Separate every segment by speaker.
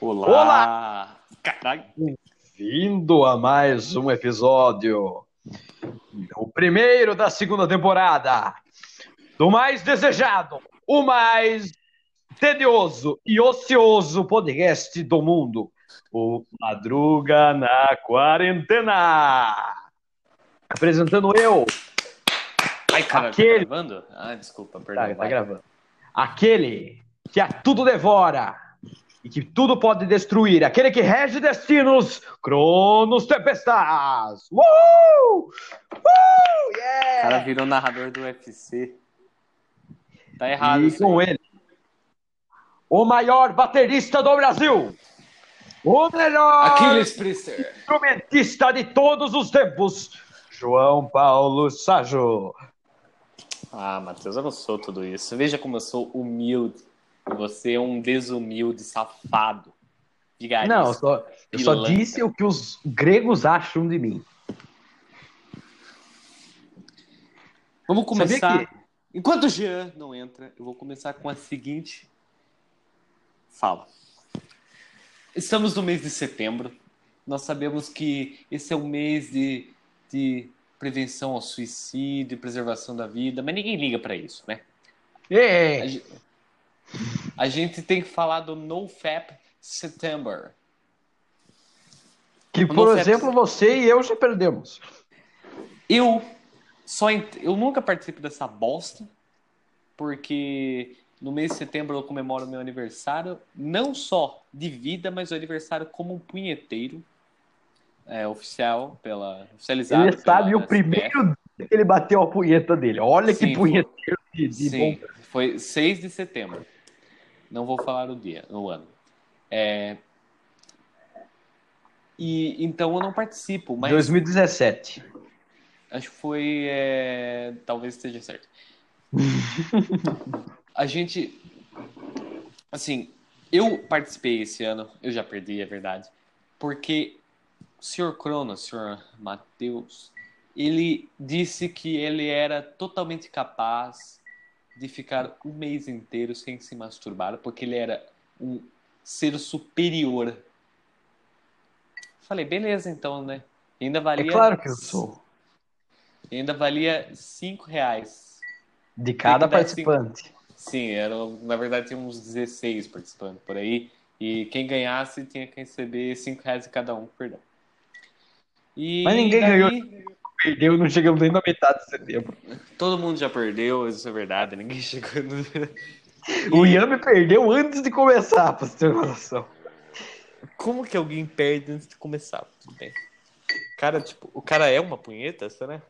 Speaker 1: Olá! Olá! Caralho.
Speaker 2: Bem-vindo a mais um episódio. O primeiro da segunda temporada. Do mais desejado, o mais tedioso e ocioso podcast do mundo. O Madruga na Quarentena. Apresentando eu.
Speaker 1: Ai, cara,
Speaker 2: Aquele-
Speaker 1: tá gravando? Ah, desculpa, perdão.
Speaker 2: Tá, tá
Speaker 1: vai.
Speaker 2: gravando. Aquele que a tudo devora e que tudo pode destruir. Aquele que rege destinos. Cronos Tempestas. Uhul! Uhul!
Speaker 1: O cara
Speaker 2: Yeah!
Speaker 1: virou narrador do UFC. Tá errado.
Speaker 2: e
Speaker 1: isso aí.
Speaker 2: com ele, o maior baterista do Brasil. O melhor
Speaker 1: Aquiles Priester.
Speaker 2: instrumentista de todos os tempos. João Paulo Sajo.
Speaker 1: Ah, Matheus, eu não sou tudo isso. Veja como eu sou humilde. Você é um desumilde safado. Vigarista.
Speaker 2: Não, eu só, eu só
Speaker 1: Pilantra.
Speaker 2: disse o que os gregos acham de mim.
Speaker 1: Vamos começar.
Speaker 2: Sabia
Speaker 1: Enquanto o Jean não entra, eu vou começar com a seguinte fala. Estamos no mês de setembro. Nós sabemos que esse é um mês de, de prevenção ao suicídio, preservação da vida, mas ninguém liga para isso, né?
Speaker 2: É,
Speaker 1: A, ge- a gente tem que falar do NoFap September.
Speaker 2: que,
Speaker 1: não
Speaker 2: por
Speaker 1: sei-
Speaker 2: exemplo, você e eu já perdemos.
Speaker 1: Eu só ent- eu nunca participo dessa bosta, porque no mês de setembro eu comemoro meu aniversário, não só de vida, mas o aniversário como um punheteiro. É, oficial, pela. Oficializado.
Speaker 2: ele sabe
Speaker 1: pela
Speaker 2: o primeiro dia que ele bateu a punheta dele. Olha
Speaker 1: é, Sim,
Speaker 2: que punheteiro de, de
Speaker 1: Sim,
Speaker 2: bom.
Speaker 1: foi 6 de setembro. Não vou falar o dia, o ano. É, E então eu não participo, mas
Speaker 2: 2017.
Speaker 1: Acho que foi. é, Talvez esteja certo. a gente. Assim, eu participei esse ano, eu já perdi, é verdade. Porque o senhor Cronos, o senhor Matheus, ele disse que ele era totalmente capaz de ficar um mês inteiro sem se masturbar, porque ele era um ser superior. Falei, beleza então, né? Ainda
Speaker 2: É
Speaker 1: valia.
Speaker 2: claro que eu sou.
Speaker 1: E ainda valia 5 reais.
Speaker 2: De cada
Speaker 1: que dar cinco.
Speaker 2: participante.
Speaker 1: Sim, eram, na verdade tinha uns 16 participantes por aí. E quem ganhasse tinha que receber 5 reais de cada um, perdão. E
Speaker 2: Mas ninguém
Speaker 1: ganhou.
Speaker 2: Perdeu e não chegamos nem na metade de setembro.
Speaker 1: Todo mundo já perdeu, isso é verdade. Ninguém chegou. No...
Speaker 2: O Ian me perdeu antes de começar, pra você ter uma noção.
Speaker 1: Como que alguém perde antes de começar? Tudo bem. O cara, tipo, o cara é uma punheta, será?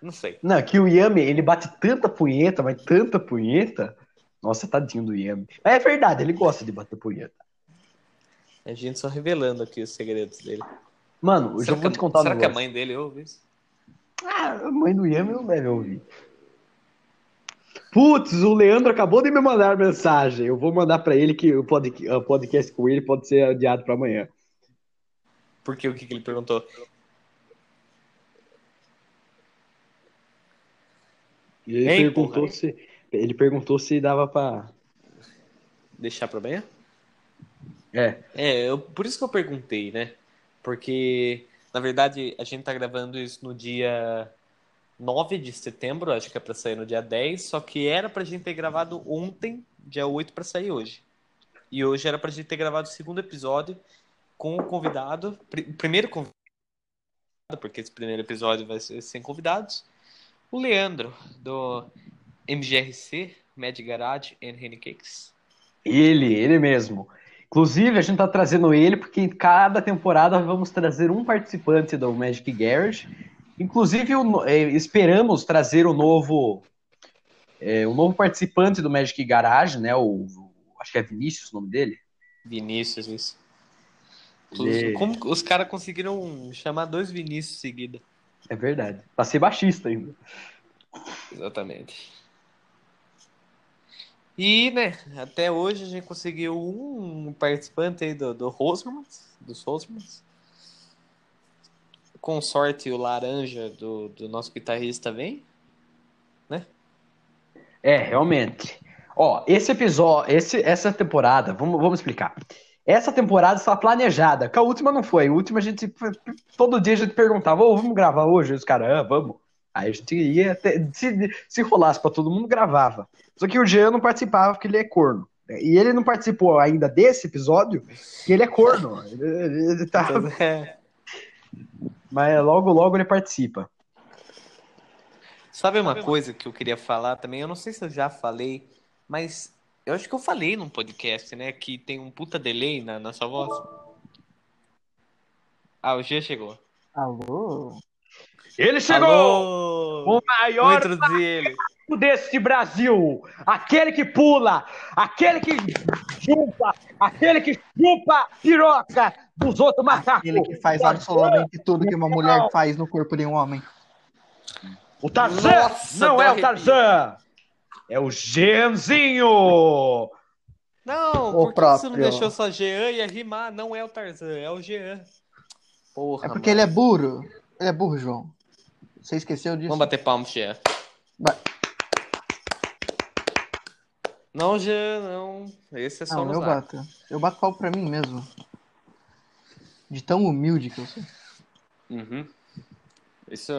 Speaker 1: Não sei.
Speaker 2: Não, que o Yami, ele bate tanta punheta, mas tanta punheta. Nossa, tadinho do Yami. Mas é verdade, ele gosta de bater punheta.
Speaker 1: A gente só revelando aqui os segredos dele.
Speaker 2: Mano, eu já
Speaker 1: Será
Speaker 2: vou
Speaker 1: que-
Speaker 2: te contar um
Speaker 1: Será que a
Speaker 2: negócio.
Speaker 1: mãe dele ouve isso?
Speaker 2: Ah, a mãe do Yami não deve ouvir. Putz, o Leandro acabou de me mandar mensagem. Eu vou mandar pra ele que o podca- o podcast com ele pode ser adiado pra amanhã.
Speaker 1: Porque o que, que ele perguntou?
Speaker 2: E Ele,
Speaker 1: Hein,
Speaker 2: perguntou
Speaker 1: porra?
Speaker 2: se, ele perguntou se dava pra.
Speaker 1: Deixar pra amanhã?
Speaker 2: É.
Speaker 1: É, eu- por isso que eu perguntei, né? Porque, na verdade, a gente tá gravando isso no dia 9 de setembro, acho que é pra sair no dia 10, só que era pra gente ter gravado ontem, dia 8, pra sair hoje. E hoje era pra gente ter gravado o segundo episódio com o convidado, pri- o primeiro convidado, porque esse primeiro episódio vai ser sem convidados, o Leandro, do MGRC, Mad Garage and Henny Cakes.
Speaker 2: Ele, ele mesmo. Inclusive, a gente tá trazendo ele porque em cada temporada vamos trazer um participante do Magic Garage. Inclusive, o no- eh, esperamos trazer o novo, eh, o novo participante do Magic Garage, né? O, o- acho que é Vinícius o nome dele.
Speaker 1: Vinícius, isso.
Speaker 2: Ele-
Speaker 1: Os- Como que os caras conseguiram chamar dois Vinícius seguida?
Speaker 2: É verdade. Pra ser baixista ainda.
Speaker 1: Exatamente. E, né, até hoje a gente conseguiu um participante aí do, do Rosmans, dos Rosmans. Com sorte, o laranja do, do nosso guitarrista vem.
Speaker 2: É, realmente. Ó, esse episódio, esse, essa temporada, vamos, vamos explicar. Essa temporada está planejada, que a última não foi. A última a gente. Todo dia a gente perguntava, ô, vamos gravar hoje? E os caras, ah, vamos. Aí a gente ia até. Se, se rolasse para todo mundo, gravava. Só que o Jean não participava porque ele é corno. E ele não participou ainda desse episódio, que ele é corno. Ele, ele, ele tá...
Speaker 1: É.
Speaker 2: Mas logo, logo ele participa.
Speaker 1: Sabe uma coisa que eu queria falar também? Eu não sei se eu já falei, mas eu acho que eu falei num podcast, né? Que tem um puta delay na, na sua voz. Ah, o G chegou.
Speaker 3: Alô?
Speaker 2: Ele
Speaker 1: Alô!
Speaker 2: O
Speaker 1: Vou
Speaker 2: maior
Speaker 1: introduzir ele.
Speaker 2: maluco deste Brasil! Aquele que pula! Aquele que chupa! Aquele que chupa a piroca dos outros macacos!
Speaker 3: Ele que faz absolutamente tudo que uma mulher faz no corpo de um homem.
Speaker 2: O Tarzan
Speaker 1: Nossa,
Speaker 2: não
Speaker 1: deu
Speaker 2: é o
Speaker 1: arrepio.
Speaker 2: Tarzan! É o Genzinho!
Speaker 1: Não,
Speaker 3: O
Speaker 1: por que você não
Speaker 3: próprio.
Speaker 1: deixou só Jean e rimar? Não é o Tarzan, é o Jean. Porra,
Speaker 3: É porque ele é burro. Ele é burro, João. Você esqueceu disso?
Speaker 1: Vamos bater palma, Jean.
Speaker 3: Ba-
Speaker 1: Não, Jean, não. Esse é só
Speaker 3: Não,
Speaker 1: no
Speaker 3: eu
Speaker 1: zap.
Speaker 3: bato. Eu bato pau pra mim mesmo. De tão humilde que eu sou.
Speaker 1: Uhum. Isso.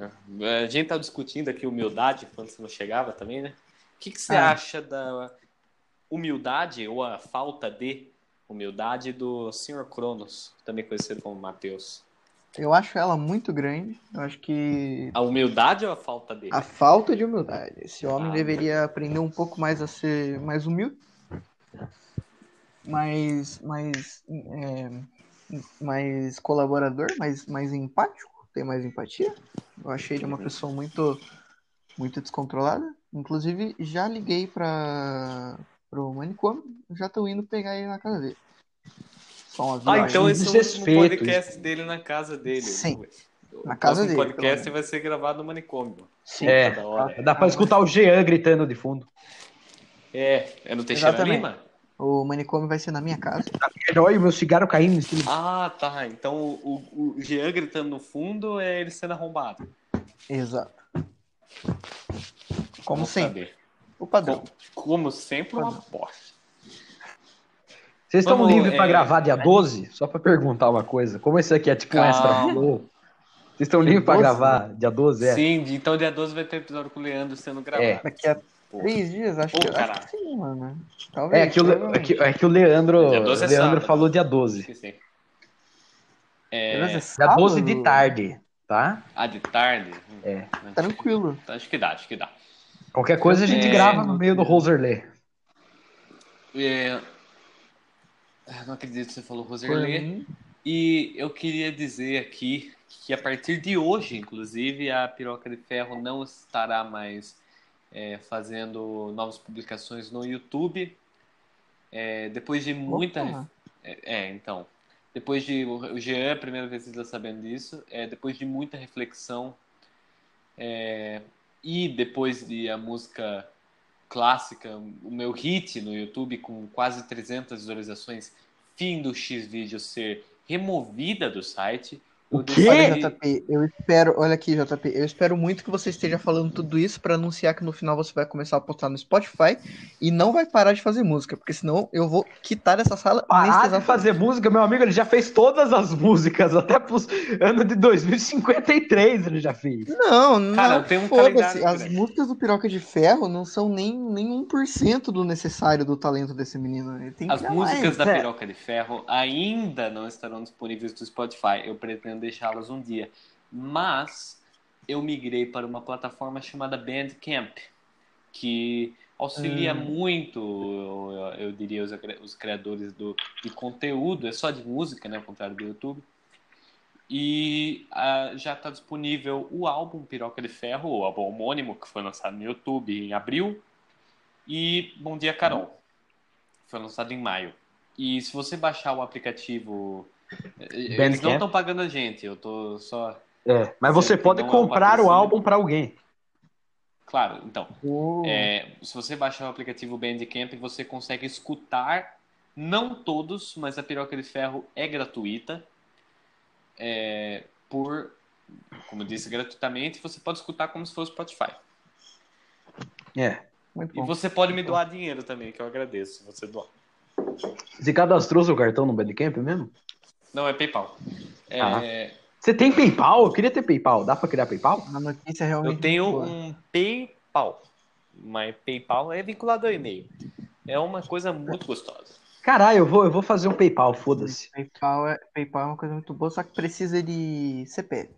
Speaker 1: A gente tá discutindo aqui humildade quando você não chegava também, né? O que, que você
Speaker 3: Ah.
Speaker 1: acha da humildade ou a falta de humildade do Sr. Cronos, também conhecido como Mateus?
Speaker 3: Eu acho ela muito grande. Eu acho que
Speaker 1: A humildade ou a falta Ah, de?
Speaker 3: a falta de humildade. Esse homem
Speaker 1: Ah.
Speaker 3: deveria aprender um pouco mais a ser mais humilde. Mais. Mais. é, mais colaborador, mais, mais empático. Tem mais empatia. Eu achei ele uma
Speaker 1: Uhum.
Speaker 3: pessoa muito. Muito descontrolada. Inclusive, já liguei pra. Pro manicômio. Já tô indo pegar ele na casa dele. Só um aviso.
Speaker 1: Ah, então
Speaker 2: um
Speaker 1: esse é o último
Speaker 2: desrespeito,
Speaker 1: podcast dele na casa dele.
Speaker 3: Sim,
Speaker 1: O
Speaker 3: na casa
Speaker 1: próximo
Speaker 3: dele,
Speaker 1: podcast
Speaker 3: pelo
Speaker 1: vai ser gravado no manicômio.
Speaker 3: Sim.
Speaker 2: É.
Speaker 1: Cada hora.
Speaker 2: Dá pra escutar o Jean gritando de fundo.
Speaker 1: É, é no Teixeira
Speaker 3: Exatamente.
Speaker 1: Lima?
Speaker 3: O manicômio vai ser na minha casa.
Speaker 2: Herói, meu cigarro caindo em cima.
Speaker 1: Ah, tá. Então o, o Jean gritando no fundo é ele sendo arrombado.
Speaker 3: Exato. Como
Speaker 1: Vamos
Speaker 3: sempre.
Speaker 1: saber.
Speaker 3: O padrão.
Speaker 1: Como, como sempre, uma bosta.
Speaker 2: Vocês estão
Speaker 1: Vamos,
Speaker 2: livres pra
Speaker 1: é-
Speaker 2: gravar dia 12? Só pra perguntar uma coisa. Como esse aqui é tipo um extra
Speaker 1: Calma.
Speaker 2: flow, Vocês estão livres pra
Speaker 3: 12,
Speaker 2: gravar dia 12? É.
Speaker 1: Sim, de- então dia 12 vai ter episódio com o Leandro sendo gravado.
Speaker 3: Daqui a
Speaker 1: Pô.
Speaker 3: três dias, acho,
Speaker 1: Pô,
Speaker 3: que, acho
Speaker 1: caralho.
Speaker 3: que sim, mano. Talvez.
Speaker 2: É que, o, Le- é,
Speaker 3: provavelmente.
Speaker 2: que, é que o Leandro,
Speaker 1: Dia 12 é
Speaker 2: o Leandro
Speaker 1: sábado.
Speaker 2: falou dia 12.
Speaker 1: Esqueci.
Speaker 3: Beleza?
Speaker 1: É,
Speaker 2: Dia
Speaker 3: Sábado?
Speaker 2: 12 de tarde, tá?
Speaker 1: a de tarde? Hum,
Speaker 2: É.
Speaker 3: Tranquilo.
Speaker 1: Tá, Acho que dá, acho que dá.
Speaker 2: Qualquer coisa a gente
Speaker 1: É,
Speaker 2: grava no meio do Roserley.
Speaker 1: É, ah, Não acredito que você falou
Speaker 3: Por
Speaker 1: Roserlê.
Speaker 3: mim,
Speaker 1: E eu queria dizer aqui que a partir de hoje, inclusive, a Piroca de Ferro não estará mais é, fazendo novas publicações no YouTube. É, depois de muita
Speaker 3: opa,
Speaker 1: É, então. Depois de. O Jean é a primeira vez que está sabendo disso. É, depois de muita reflexão. é, e depois de a música clássica, o meu hit no YouTube, com quase 300 visualizações, fim do X-Video ser removida do site. eu
Speaker 2: O quê?
Speaker 1: decidi-
Speaker 2: Tá
Speaker 3: Olha, JP, eu espero. Olha aqui, JP. Eu espero muito que você esteja falando tudo isso pra anunciar que no final você vai começar a postar no Spotify e não vai parar de fazer música, porque senão eu vou quitar essa sala nesse
Speaker 2: Parar de
Speaker 3: exato
Speaker 2: Ah, fazer música, meu amigo, ele já fez todas as músicas, até pros ano de 2053 ele já fez.
Speaker 3: Não, não.
Speaker 1: Cara, eu tenho um
Speaker 3: Foda-se,
Speaker 1: calendário
Speaker 3: as
Speaker 1: grande.
Speaker 3: músicas do Piroca de Ferro não são nem, nem 1% do necessário do talento desse menino. né? Ele tem que
Speaker 1: As
Speaker 3: ir a
Speaker 1: músicas
Speaker 3: mais,
Speaker 1: da
Speaker 3: é.
Speaker 1: Piroca de Ferro ainda não estarão disponíveis no Spotify. Eu pretendo deixá-las um dia. Mas eu migrei para uma plataforma chamada Bandcamp, que auxilia
Speaker 3: Hum.
Speaker 1: muito, eu, eu- eu diria, os, cri- os criadores do, de conteúdo. É só de música, né? Ao contrário do YouTube. E ah, já está disponível o álbum Piroca de Ferro, o álbum homônimo, que foi lançado no YouTube em abril. E Bom Dia Carol, que foi lançado em maio. E se você baixar o aplicativo. eh, Eles
Speaker 2: Bandcamp.
Speaker 1: não estão pagando a gente, eu tô só.
Speaker 2: É, mas você
Speaker 1: Sempre
Speaker 2: pode
Speaker 1: não é um
Speaker 2: comprar o
Speaker 1: patrocínio.
Speaker 2: álbum pra alguém.
Speaker 1: Claro, então.
Speaker 3: Oh,
Speaker 1: É, se você baixar o aplicativo Bandcamp, você consegue escutar, não todos, mas a Piroca de Ferro é gratuita. É, por, como eu disse, gratuitamente, você pode escutar como se fosse Spotify.
Speaker 2: É.
Speaker 3: muito
Speaker 1: E
Speaker 3: bom.
Speaker 1: você pode me doar dinheiro também, que eu agradeço se você doar.
Speaker 2: Você cadastrou seu cartão no Bandcamp mesmo?
Speaker 1: Não, é PayPal. É,
Speaker 2: Ah. Você tem PayPal? Eu queria ter PayPal. Dá pra criar PayPal?
Speaker 3: A notícia é realmente.
Speaker 1: Eu tenho
Speaker 3: boa.
Speaker 1: um PayPal, mas PayPal é vinculado ao e-mail. É uma coisa muito gostosa.
Speaker 2: Caralho, eu vou, eu vou fazer um PayPal, foda-se.
Speaker 3: PayPal é, PayPal é uma coisa muito boa, só que precisa de CPF.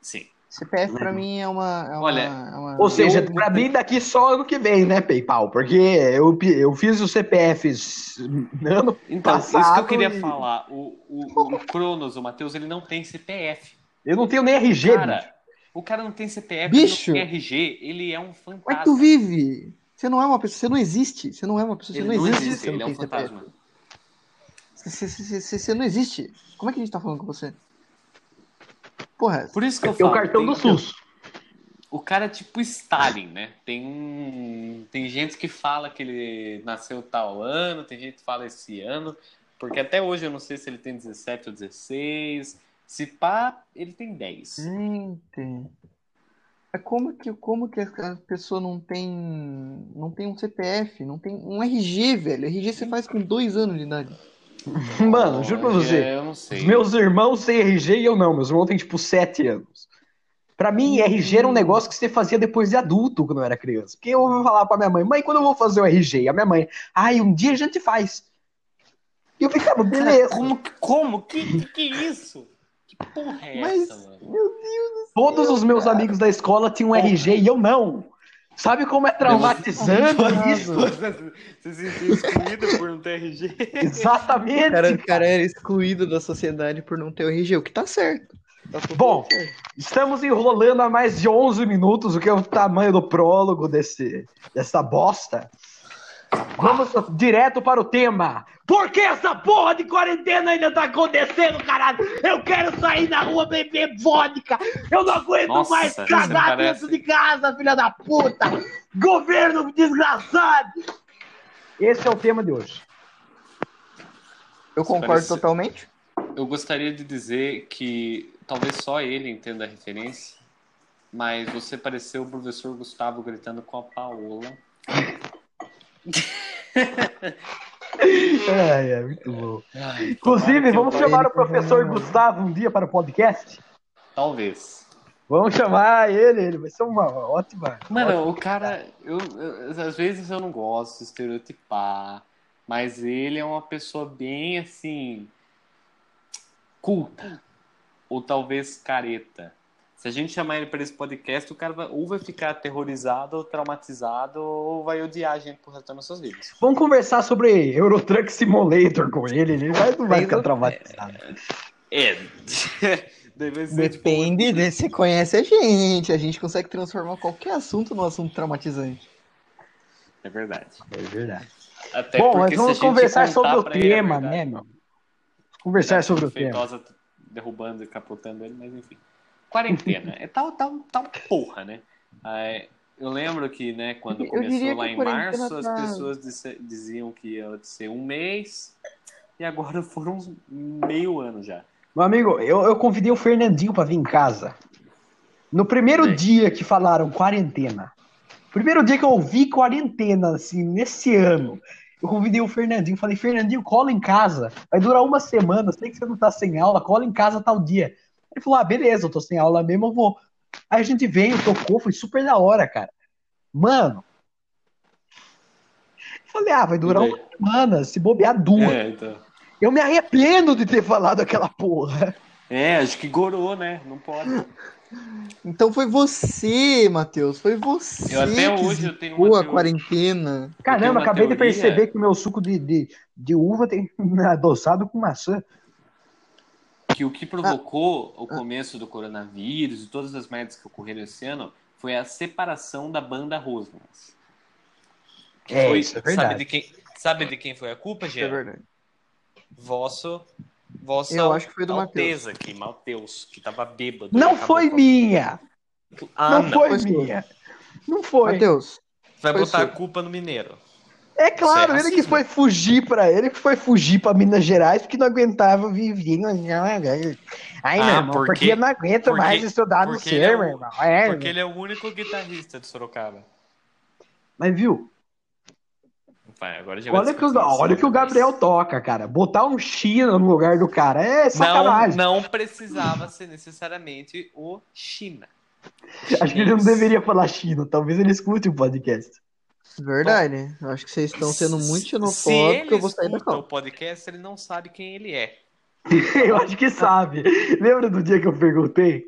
Speaker 1: Sim.
Speaker 3: CPF pra mim é uma. é uma-
Speaker 1: Olha,
Speaker 3: é uma-
Speaker 2: Ou seja,
Speaker 3: Eu-
Speaker 2: pra mim daqui só ano que vem, né, PayPal? Porque eu, pi- eu fiz o CPF s- ano
Speaker 1: Então, isso que eu
Speaker 2: Passado
Speaker 1: queria
Speaker 2: e-
Speaker 1: falar. O, o, o Cronos, o Matheus, ele não tem CPF.
Speaker 2: Eu não tenho nem RG, bicho.
Speaker 1: Cara, o cara não tem CPF, ele
Speaker 3: Bicho!
Speaker 1: não tem RG, ele é um fantasma.
Speaker 3: Mas tu vive! Você não é uma pessoa, você não existe. Você não é uma pessoa, você
Speaker 1: Ele
Speaker 3: não,
Speaker 1: não
Speaker 3: existe.
Speaker 1: existe,
Speaker 3: você não
Speaker 1: ele é um
Speaker 3: tem CPF.
Speaker 1: fantasma.
Speaker 3: Você- você- Você você- você não existe. Como é que a gente tá falando com você? Porra,
Speaker 1: Por isso que eu
Speaker 2: É
Speaker 1: falo.
Speaker 2: o cartão
Speaker 1: tem-
Speaker 2: do SUS.
Speaker 1: O cara é tipo Stalin, né? Tem, um- tem gente que fala que ele nasceu tal ano, tem gente que fala esse ano, porque até hoje eu não sei se ele tem 17 ou 16. Se pá, ele tem 10.
Speaker 3: gente. Mas como que, como que a pessoa não tem. Não tem um CPF, não tem um RG, velho. RG você faz com dois anos de idade.
Speaker 2: Mano, juro pra
Speaker 1: Olha,
Speaker 2: você.
Speaker 1: é, Eu não sei.
Speaker 2: Os meus irmãos têm RG e eu não. Meus irmãos têm tipo 7 anos. Pra mim, RG era um negócio que você fazia depois de adulto, quando eu era criança. Porque eu ouvi falar pra minha mãe, mãe, quando eu vou fazer o RG? E a minha mãe, ai, um dia a gente faz. E eu ficava, beleza.
Speaker 1: Como? que- Como? Que, que isso? Que porra é
Speaker 3: Mas-
Speaker 1: essa, mano?
Speaker 2: Todos os meus amigos da escola tinham
Speaker 1: Porra.
Speaker 2: RG e eu não. Sabe como é
Speaker 1: um
Speaker 2: traumatizando isso?
Speaker 1: Você se sentiu excluído por um não ter RG?
Speaker 2: Exatamente.
Speaker 3: O cara, o cara era excluído da sociedade por não ter o RG, o que tá certo. Tá totalmente
Speaker 2: Bom.
Speaker 3: certo.
Speaker 2: Estamos enrolando há mais de 11 minutos, o que é o tamanho do prólogo desse, dessa bosta. Vamos direto para o tema. Por que essa porra de quarentena ainda tá acontecendo, caralho? Eu quero sair na rua beber vodka. Eu não aguento
Speaker 1: Nossa,
Speaker 2: mais
Speaker 1: você
Speaker 2: casar
Speaker 1: parece-
Speaker 2: dentro de casa, filha da puta. Governo desgraçado. Esse é o tema de hoje.
Speaker 3: Eu concordo
Speaker 1: Parece-
Speaker 3: totalmente.
Speaker 1: Eu gostaria de dizer que talvez só ele entenda a referência, mas você pareceu o professor Gustavo gritando com a Paola.
Speaker 2: É, é, muito bom.
Speaker 1: tomara
Speaker 2: Inclusive,
Speaker 1: que
Speaker 2: vamos
Speaker 1: eu-
Speaker 2: chamar o professor Gustavo um dia para o podcast.
Speaker 1: Talvez.
Speaker 2: Vamos chamar ele, ele vai ser uma ótima.
Speaker 1: Mano, o cara, eu, eu- às vezes eu não gosto de estereotipar, mas ele é uma pessoa bem assim culta, ou talvez careta. Se a gente chamar ele para esse podcast, o cara vai, ou vai ficar aterrorizado, ou traumatizado, ou vai odiar a gente por resto das nossas vidas.
Speaker 2: Vamos conversar sobre Eurotruck Simulator com ele, ele vai, não vai
Speaker 3: Tem
Speaker 2: ficar
Speaker 3: do-
Speaker 2: traumatizado.
Speaker 1: É. Deve ser tipo,
Speaker 3: Depende de se conhece a gente. A gente consegue transformar qualquer assunto num assunto traumatizante.
Speaker 1: tipo, É verdade.
Speaker 2: É verdade.
Speaker 1: Até
Speaker 2: Bom,
Speaker 1: porque
Speaker 2: mas
Speaker 1: se a
Speaker 2: vamos
Speaker 1: gente
Speaker 2: conversar
Speaker 1: contar
Speaker 2: sobre o
Speaker 1: pra ele a
Speaker 2: tema,
Speaker 1: verdade,
Speaker 2: né, meu? Vamos
Speaker 1: É,
Speaker 2: Conversar é sobre o tema.
Speaker 1: feitosa derrubando e capotando ele, mas enfim. Quarentena. é tal, tal, tal porra, né? Ah, é, eu lembro que, né, quando
Speaker 3: Eu
Speaker 1: começou
Speaker 3: diria que
Speaker 1: lá
Speaker 3: a
Speaker 1: em
Speaker 3: quarentena
Speaker 1: março, as
Speaker 3: tá-
Speaker 1: pessoas disse- diziam que ia ser um mês, e agora foram uns meio ano já.
Speaker 2: Meu amigo, eu, eu convidei o Fernandinho pra vir em casa. No primeiro
Speaker 1: Bem.
Speaker 2: dia que falaram quarentena, primeiro dia que eu ouvi quarentena, assim, nesse ano, eu convidei o Fernandinho, falei, Fernandinho, cola em casa, vai durar uma semana, sei que você não tá sem aula, cola em casa tal dia. Ele falou, ah, beleza, eu tô sem aula mesmo, eu vou. Aí a gente veio, tocou, foi super da hora, cara. Mano, eu falei, ah, vai durar
Speaker 1: Bem.
Speaker 2: uma semana, se bobear duas.
Speaker 1: É, então.
Speaker 2: Eu me arrependo de ter falado aquela porra.
Speaker 1: É, acho que gorou, né? Não pode.
Speaker 3: Então foi você, Matheus. Foi você.
Speaker 1: Eu até
Speaker 3: que
Speaker 1: hoje eu tenho uma
Speaker 3: zicou a
Speaker 1: teoria.
Speaker 3: quarentena.
Speaker 1: Eu tenho
Speaker 2: Caramba,
Speaker 1: uma
Speaker 2: acabei de
Speaker 1: teoria.
Speaker 2: perceber que meu suco de, de, de uva tem adoçado com maçã.
Speaker 1: que
Speaker 2: Ah.
Speaker 1: o que provocou o começo do coronavírus e todas as merdas que ocorreram esse ano foi a separação da banda Rosmas.
Speaker 2: É,
Speaker 1: Foi-
Speaker 2: isso é
Speaker 1: Sabe
Speaker 2: verdade.
Speaker 1: de quem, sabe de quem foi a culpa,
Speaker 3: É
Speaker 1: Gê?
Speaker 3: verdade.
Speaker 1: Vosso, vossa
Speaker 3: Eu acho que foi do Matheus.
Speaker 1: Malteza, que Malteus, que tava bêbado.
Speaker 2: Não
Speaker 1: Acabou
Speaker 2: foi
Speaker 1: com a-
Speaker 2: minha!
Speaker 1: Ah,
Speaker 2: não,
Speaker 1: não.
Speaker 2: foi
Speaker 3: Foi sua.
Speaker 2: minha! Não foi.
Speaker 3: Matheus,
Speaker 1: Vai
Speaker 3: foi
Speaker 1: botar
Speaker 3: sua.
Speaker 1: a culpa no mineiro.
Speaker 2: É
Speaker 1: Isso
Speaker 2: claro,
Speaker 1: é
Speaker 2: ele que
Speaker 1: racismo.
Speaker 2: foi fugir pra ele que foi fugir pra Minas Gerais porque não aguentava viver. Não, não, Ai,
Speaker 1: Ah,
Speaker 2: meu irmão,
Speaker 1: porque-
Speaker 2: porque, eu não aguento
Speaker 1: porque-
Speaker 2: mais estudar no
Speaker 1: porque
Speaker 2: ser,
Speaker 1: ele é o-
Speaker 2: meu irmão. É,
Speaker 1: Porque ele é o único guitarrista de Sorocaba.
Speaker 2: Mas viu,
Speaker 1: Vai, agora já vai
Speaker 2: Olha que, o,
Speaker 1: discutir isso
Speaker 2: olha que o
Speaker 1: depois.
Speaker 2: Gabriel toca, cara. Botar um China no lugar do cara é
Speaker 1: não,
Speaker 2: sacanagem.
Speaker 1: não precisava ser necessariamente o China.
Speaker 2: Acho que ele não deveria falar China. Talvez ele escute o podcast.
Speaker 3: Verdade. Eu acho que vocês estão sendo muito
Speaker 1: Se ele
Speaker 3: xenofóbicos. Eu vou sair da
Speaker 1: escuta
Speaker 3: calma.
Speaker 1: o podcast, ele não sabe quem ele é.
Speaker 2: Eu acho que sabe. Lembra do dia que eu perguntei?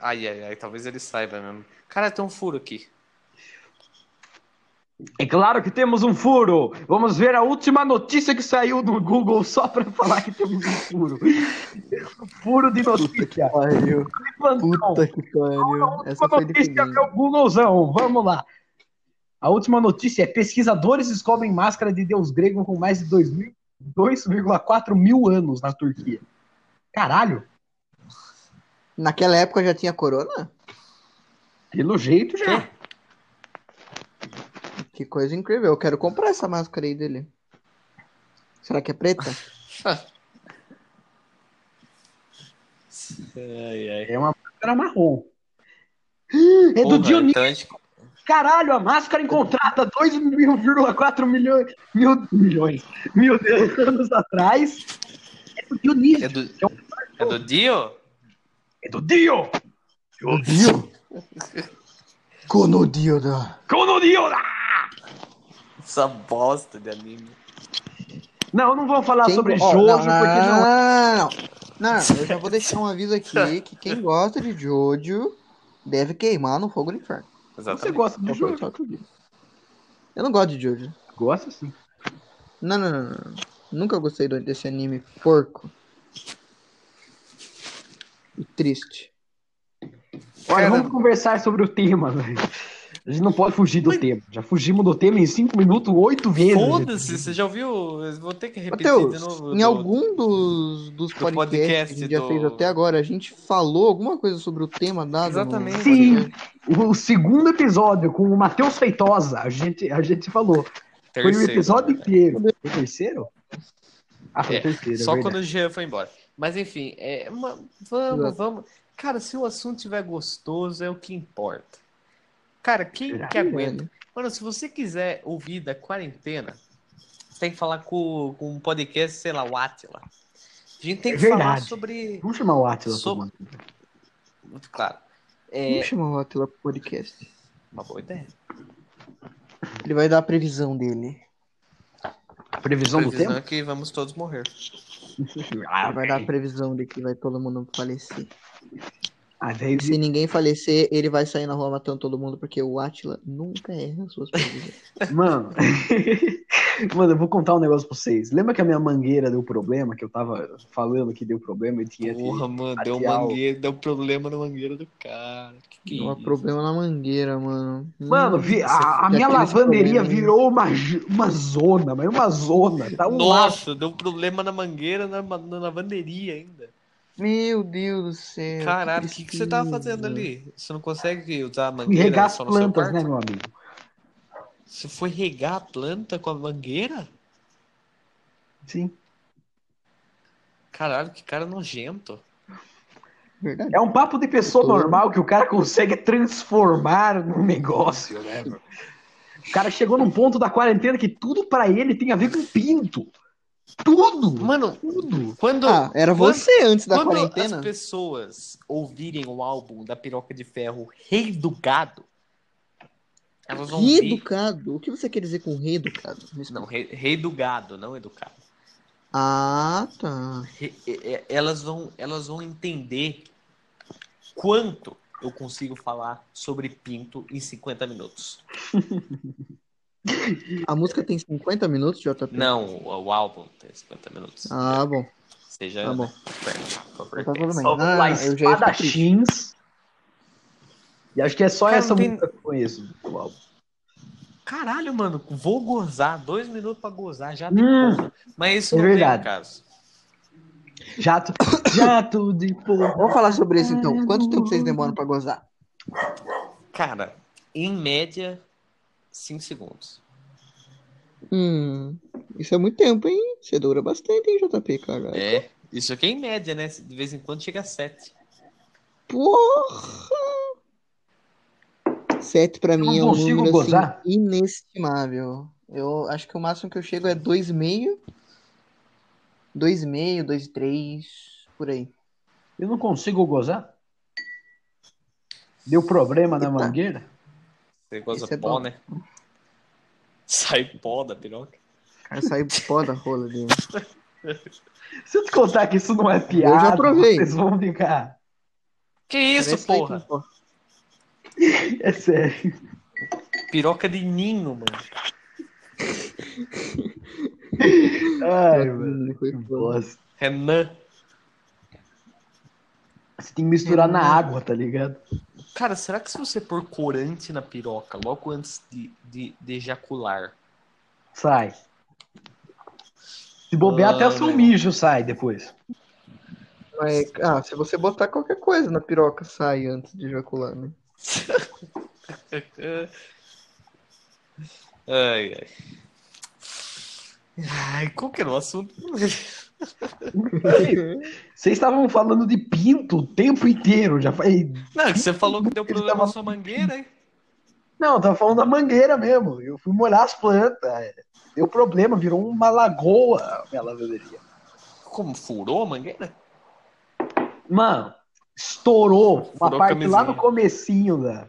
Speaker 1: Ai, ai, ai, talvez ele saiba mesmo. Cara, tem um furo aqui.
Speaker 2: É claro que temos um furo. Vamos ver a última notícia que saiu do Google só para falar que temos um furo. Furo de notícia.
Speaker 3: Pariu.
Speaker 2: Plantão.
Speaker 3: Puta que pariu. Essa
Speaker 2: última
Speaker 3: foi
Speaker 2: notícia
Speaker 3: dependente.
Speaker 2: é o Googlezão. Vamos lá. A última notícia é: pesquisadores descobrem máscara de deus grego com mais de 2 mil- 2,4 mil anos na Turquia. Caralho,
Speaker 3: Naquela época já tinha corona?
Speaker 2: pelo jeito já.
Speaker 3: Que coisa incrível. Eu quero comprar essa máscara aí dele. Será que é preta?
Speaker 1: Ai, ai.
Speaker 2: É uma máscara marrom. É do
Speaker 1: Porra,
Speaker 2: Dionísio.
Speaker 1: então a gente-
Speaker 2: Caralho, a máscara encontrada 2,4 milhões, mil, milhões, mil anos atrás. É do Dionísio.
Speaker 1: É do, é do Dio?
Speaker 2: É do Dio.
Speaker 3: Dio! Conodioda!
Speaker 2: Como Dio.
Speaker 1: Essa bosta de anime.
Speaker 2: Não, não vou falar sobre
Speaker 3: Ó,
Speaker 2: Jojo,
Speaker 3: não,
Speaker 2: porque não
Speaker 3: não, não, não. Não, eu já vou deixar um aviso aqui que quem gosta de Jojo deve queimar no fogo do inferno.
Speaker 2: Você
Speaker 1: Exatamente.
Speaker 2: gosta de
Speaker 3: Só por-
Speaker 2: Jojo?
Speaker 3: só por isso. Eu não gosto de Jojo.
Speaker 2: Gosto sim.
Speaker 3: Não, não, não, não, não. Nunca gostei do- desse anime porco. E triste.
Speaker 2: Olha,
Speaker 1: Cara-
Speaker 2: vamos conversar sobre o tema, velho. A gente não pode fugir do tema. Já fugimos do tema em 5 minutos, 8 vezes.
Speaker 1: Foda-se, você já ouviu? Eu Vou ter que repetir
Speaker 3: Matheus,
Speaker 1: de novo.
Speaker 3: em
Speaker 1: do-
Speaker 3: algum dos, dos
Speaker 1: do podcast
Speaker 3: podcasts que a gente já
Speaker 1: do-
Speaker 3: fez até agora, a gente falou alguma coisa sobre o tema dado? no-
Speaker 1: Exatamente.
Speaker 2: Sim. O segundo episódio com o Matheus Feitosa, a gente, a gente falou.
Speaker 1: Terceiro. né?
Speaker 2: Foi o episódio inteiro. Foi o terceiro? Ah, foi
Speaker 1: É,
Speaker 2: o terceiro.
Speaker 1: Só
Speaker 2: é
Speaker 1: quando
Speaker 2: verdade.
Speaker 1: o Jean foi embora. Mas enfim, é uma- vamos,
Speaker 3: Exato.
Speaker 1: vamos. Cara, se o assunto tiver gostoso, é o que importa. Cara, quem que
Speaker 2: É Verdade.
Speaker 1: aguenta? Mano, se você quiser ouvir da quarentena, você tem que falar com, com um podcast, sei lá, o Atila. A gente tem
Speaker 2: É
Speaker 1: que falar
Speaker 2: verdade.
Speaker 1: sobre.
Speaker 2: Vamos chamar o Atila.
Speaker 1: Sou-
Speaker 2: por favor.
Speaker 1: Claro, É.
Speaker 3: Vamos chamar o Atila pro podcast.
Speaker 1: uma boa ideia.
Speaker 3: Ele vai dar a previsão dele.
Speaker 2: A previsão,
Speaker 1: Previsão é que vamos todos morrer.
Speaker 2: do tempo? Ah,
Speaker 3: Ele vai dar a
Speaker 2: velho.
Speaker 3: previsão de que vai todo mundo falecer.
Speaker 2: Ah, velho,
Speaker 3: Se ninguém falecer, ele vai sair na rua matando todo mundo, porque o Atila nunca erra as suas previsões.
Speaker 2: Mano, mano, eu vou contar um negócio pra vocês. Lembra que a minha mangueira deu problema, que eu tava falando que deu problema e assim, tinha.
Speaker 1: Porra, mano, deu,
Speaker 2: Radial.
Speaker 1: mangueira, deu problema na mangueira do cara. Que que é
Speaker 3: Não há
Speaker 1: isso?
Speaker 3: um problema na mangueira, mano.
Speaker 2: Mano, vi- a, a
Speaker 3: Nossa,
Speaker 1: é
Speaker 2: minha
Speaker 3: aqueles
Speaker 2: lavanderia
Speaker 3: problemas.
Speaker 2: virou uma, j- uma zona, mas uma zona. Tá um laço.
Speaker 1: Nossa, deu problema na mangueira, na, ma- na lavanderia ainda.
Speaker 3: Meu Deus do céu.
Speaker 1: Caralho, o que, que você tava
Speaker 3: tristeza.
Speaker 1: fazendo ali? Você não consegue usar a mangueira
Speaker 2: Regar as
Speaker 1: só no seu
Speaker 2: plantas,
Speaker 1: quarto?
Speaker 2: né, meu amigo?
Speaker 1: Você foi regar a planta com a mangueira?
Speaker 2: Sim.
Speaker 1: Caralho, que cara nojento.
Speaker 3: Verdade.
Speaker 2: É um papo de pessoa
Speaker 3: Tô.
Speaker 2: normal que o cara consegue transformar num negócio, né, meu? O cara chegou num ponto da quarentena que tudo pra ele tem a ver com pinto. Tudo!
Speaker 1: Mano,
Speaker 2: Tudo!
Speaker 1: quando,
Speaker 3: Ah, era
Speaker 1: quando-
Speaker 3: você antes da
Speaker 1: quando
Speaker 3: quarentena?
Speaker 1: as pessoas ouvirem o álbum da Piroca de Ferro, Rei do Gado, elas vão ouvir...
Speaker 3: Reeducado? O que você quer dizer com reeducado? Me explica.
Speaker 1: Não, rei, rei do Gado, não educado.
Speaker 3: Ah, tá.
Speaker 1: Re- é- é- elas vão elas vão entender quanto eu consigo falar sobre pinto em 50 minutos.
Speaker 3: A música tem 50 minutos, JP?
Speaker 1: Não, o, o álbum tem 50 minutos.
Speaker 3: Ah, bom.
Speaker 1: Seja
Speaker 3: Tá bom.
Speaker 1: Tá
Speaker 3: Tá tudo bem.
Speaker 2: Só vamos lá,
Speaker 3: Ah, eu já ia ficar triste.
Speaker 2: espadachins. E acho que é só
Speaker 1: Cara,
Speaker 2: essa
Speaker 1: não tem-
Speaker 2: música que eu conheço. do álbum.
Speaker 1: Caralho, mano, vou gozar. Dois minutos pra gozar já
Speaker 2: Hum.
Speaker 1: tem porra. Mas isso
Speaker 2: É
Speaker 1: não é
Speaker 2: verdade.
Speaker 1: o caso.
Speaker 2: Jato, jato de porra.
Speaker 3: Vamos falar sobre isso então. Quanto tempo vocês demoram pra gozar?
Speaker 1: Cara, em média, 5 segundos.
Speaker 3: Hum, isso é muito tempo, hein? Você dura bastante, hein, JP, cara?
Speaker 1: É. Isso aqui é em média, né? De vez em quando chega a 7.
Speaker 3: Porra! Sete pra mim
Speaker 2: não
Speaker 3: é um
Speaker 2: consigo
Speaker 3: número assim,
Speaker 2: gozar.
Speaker 3: inestimável. Eu acho que o máximo que eu chego é 2,5. 2,5, 2,3, por aí.
Speaker 2: Eu não consigo gozar. Deu problema na
Speaker 3: Eita.
Speaker 2: mangueira?
Speaker 1: Você goza
Speaker 3: Esse é
Speaker 1: pó,
Speaker 3: bom.
Speaker 1: né? Sai pó da piroca.
Speaker 3: Cara, saiu pó da rola dele.
Speaker 2: Se eu te contar que isso não é piada,
Speaker 3: Eu já provei.
Speaker 2: vocês vão ficar.
Speaker 1: Que isso,
Speaker 3: Parece né? sair
Speaker 1: porra?
Speaker 3: com pó.
Speaker 2: É sério.
Speaker 1: Piroca de ninho, mano.
Speaker 2: Ai, mano.
Speaker 3: Hum, foi
Speaker 2: que
Speaker 3: pó.
Speaker 2: bosta.
Speaker 1: Renan.
Speaker 2: Você tem que misturar na água, tá ligado?
Speaker 1: Cara, será que se você pôr corante na piroca logo antes de, de, de ejacular?
Speaker 2: Sai. Se bobear, até o seu
Speaker 1: Ai.
Speaker 2: mijo sai depois.
Speaker 3: Mas, ah, se você botar qualquer coisa na piroca, sai antes de ejacular, né?
Speaker 1: Ai, ai. Ai, qual que era o assunto?
Speaker 2: Vocês estavam falando de pinto o tempo inteiro, já faz.
Speaker 1: Não, que você falou que deu
Speaker 2: Ele
Speaker 1: problema
Speaker 2: tava-
Speaker 1: na sua mangueira, hein?
Speaker 2: Não, eu tava falando da mangueira mesmo. Eu fui molhar as plantas. Deu problema, virou uma lagoa a minha lavanderia.
Speaker 1: Como furou a mangueira?
Speaker 2: Mano, estourou. Uma
Speaker 1: Furou a
Speaker 2: parte lá
Speaker 1: camisinha.
Speaker 2: no comecinho da,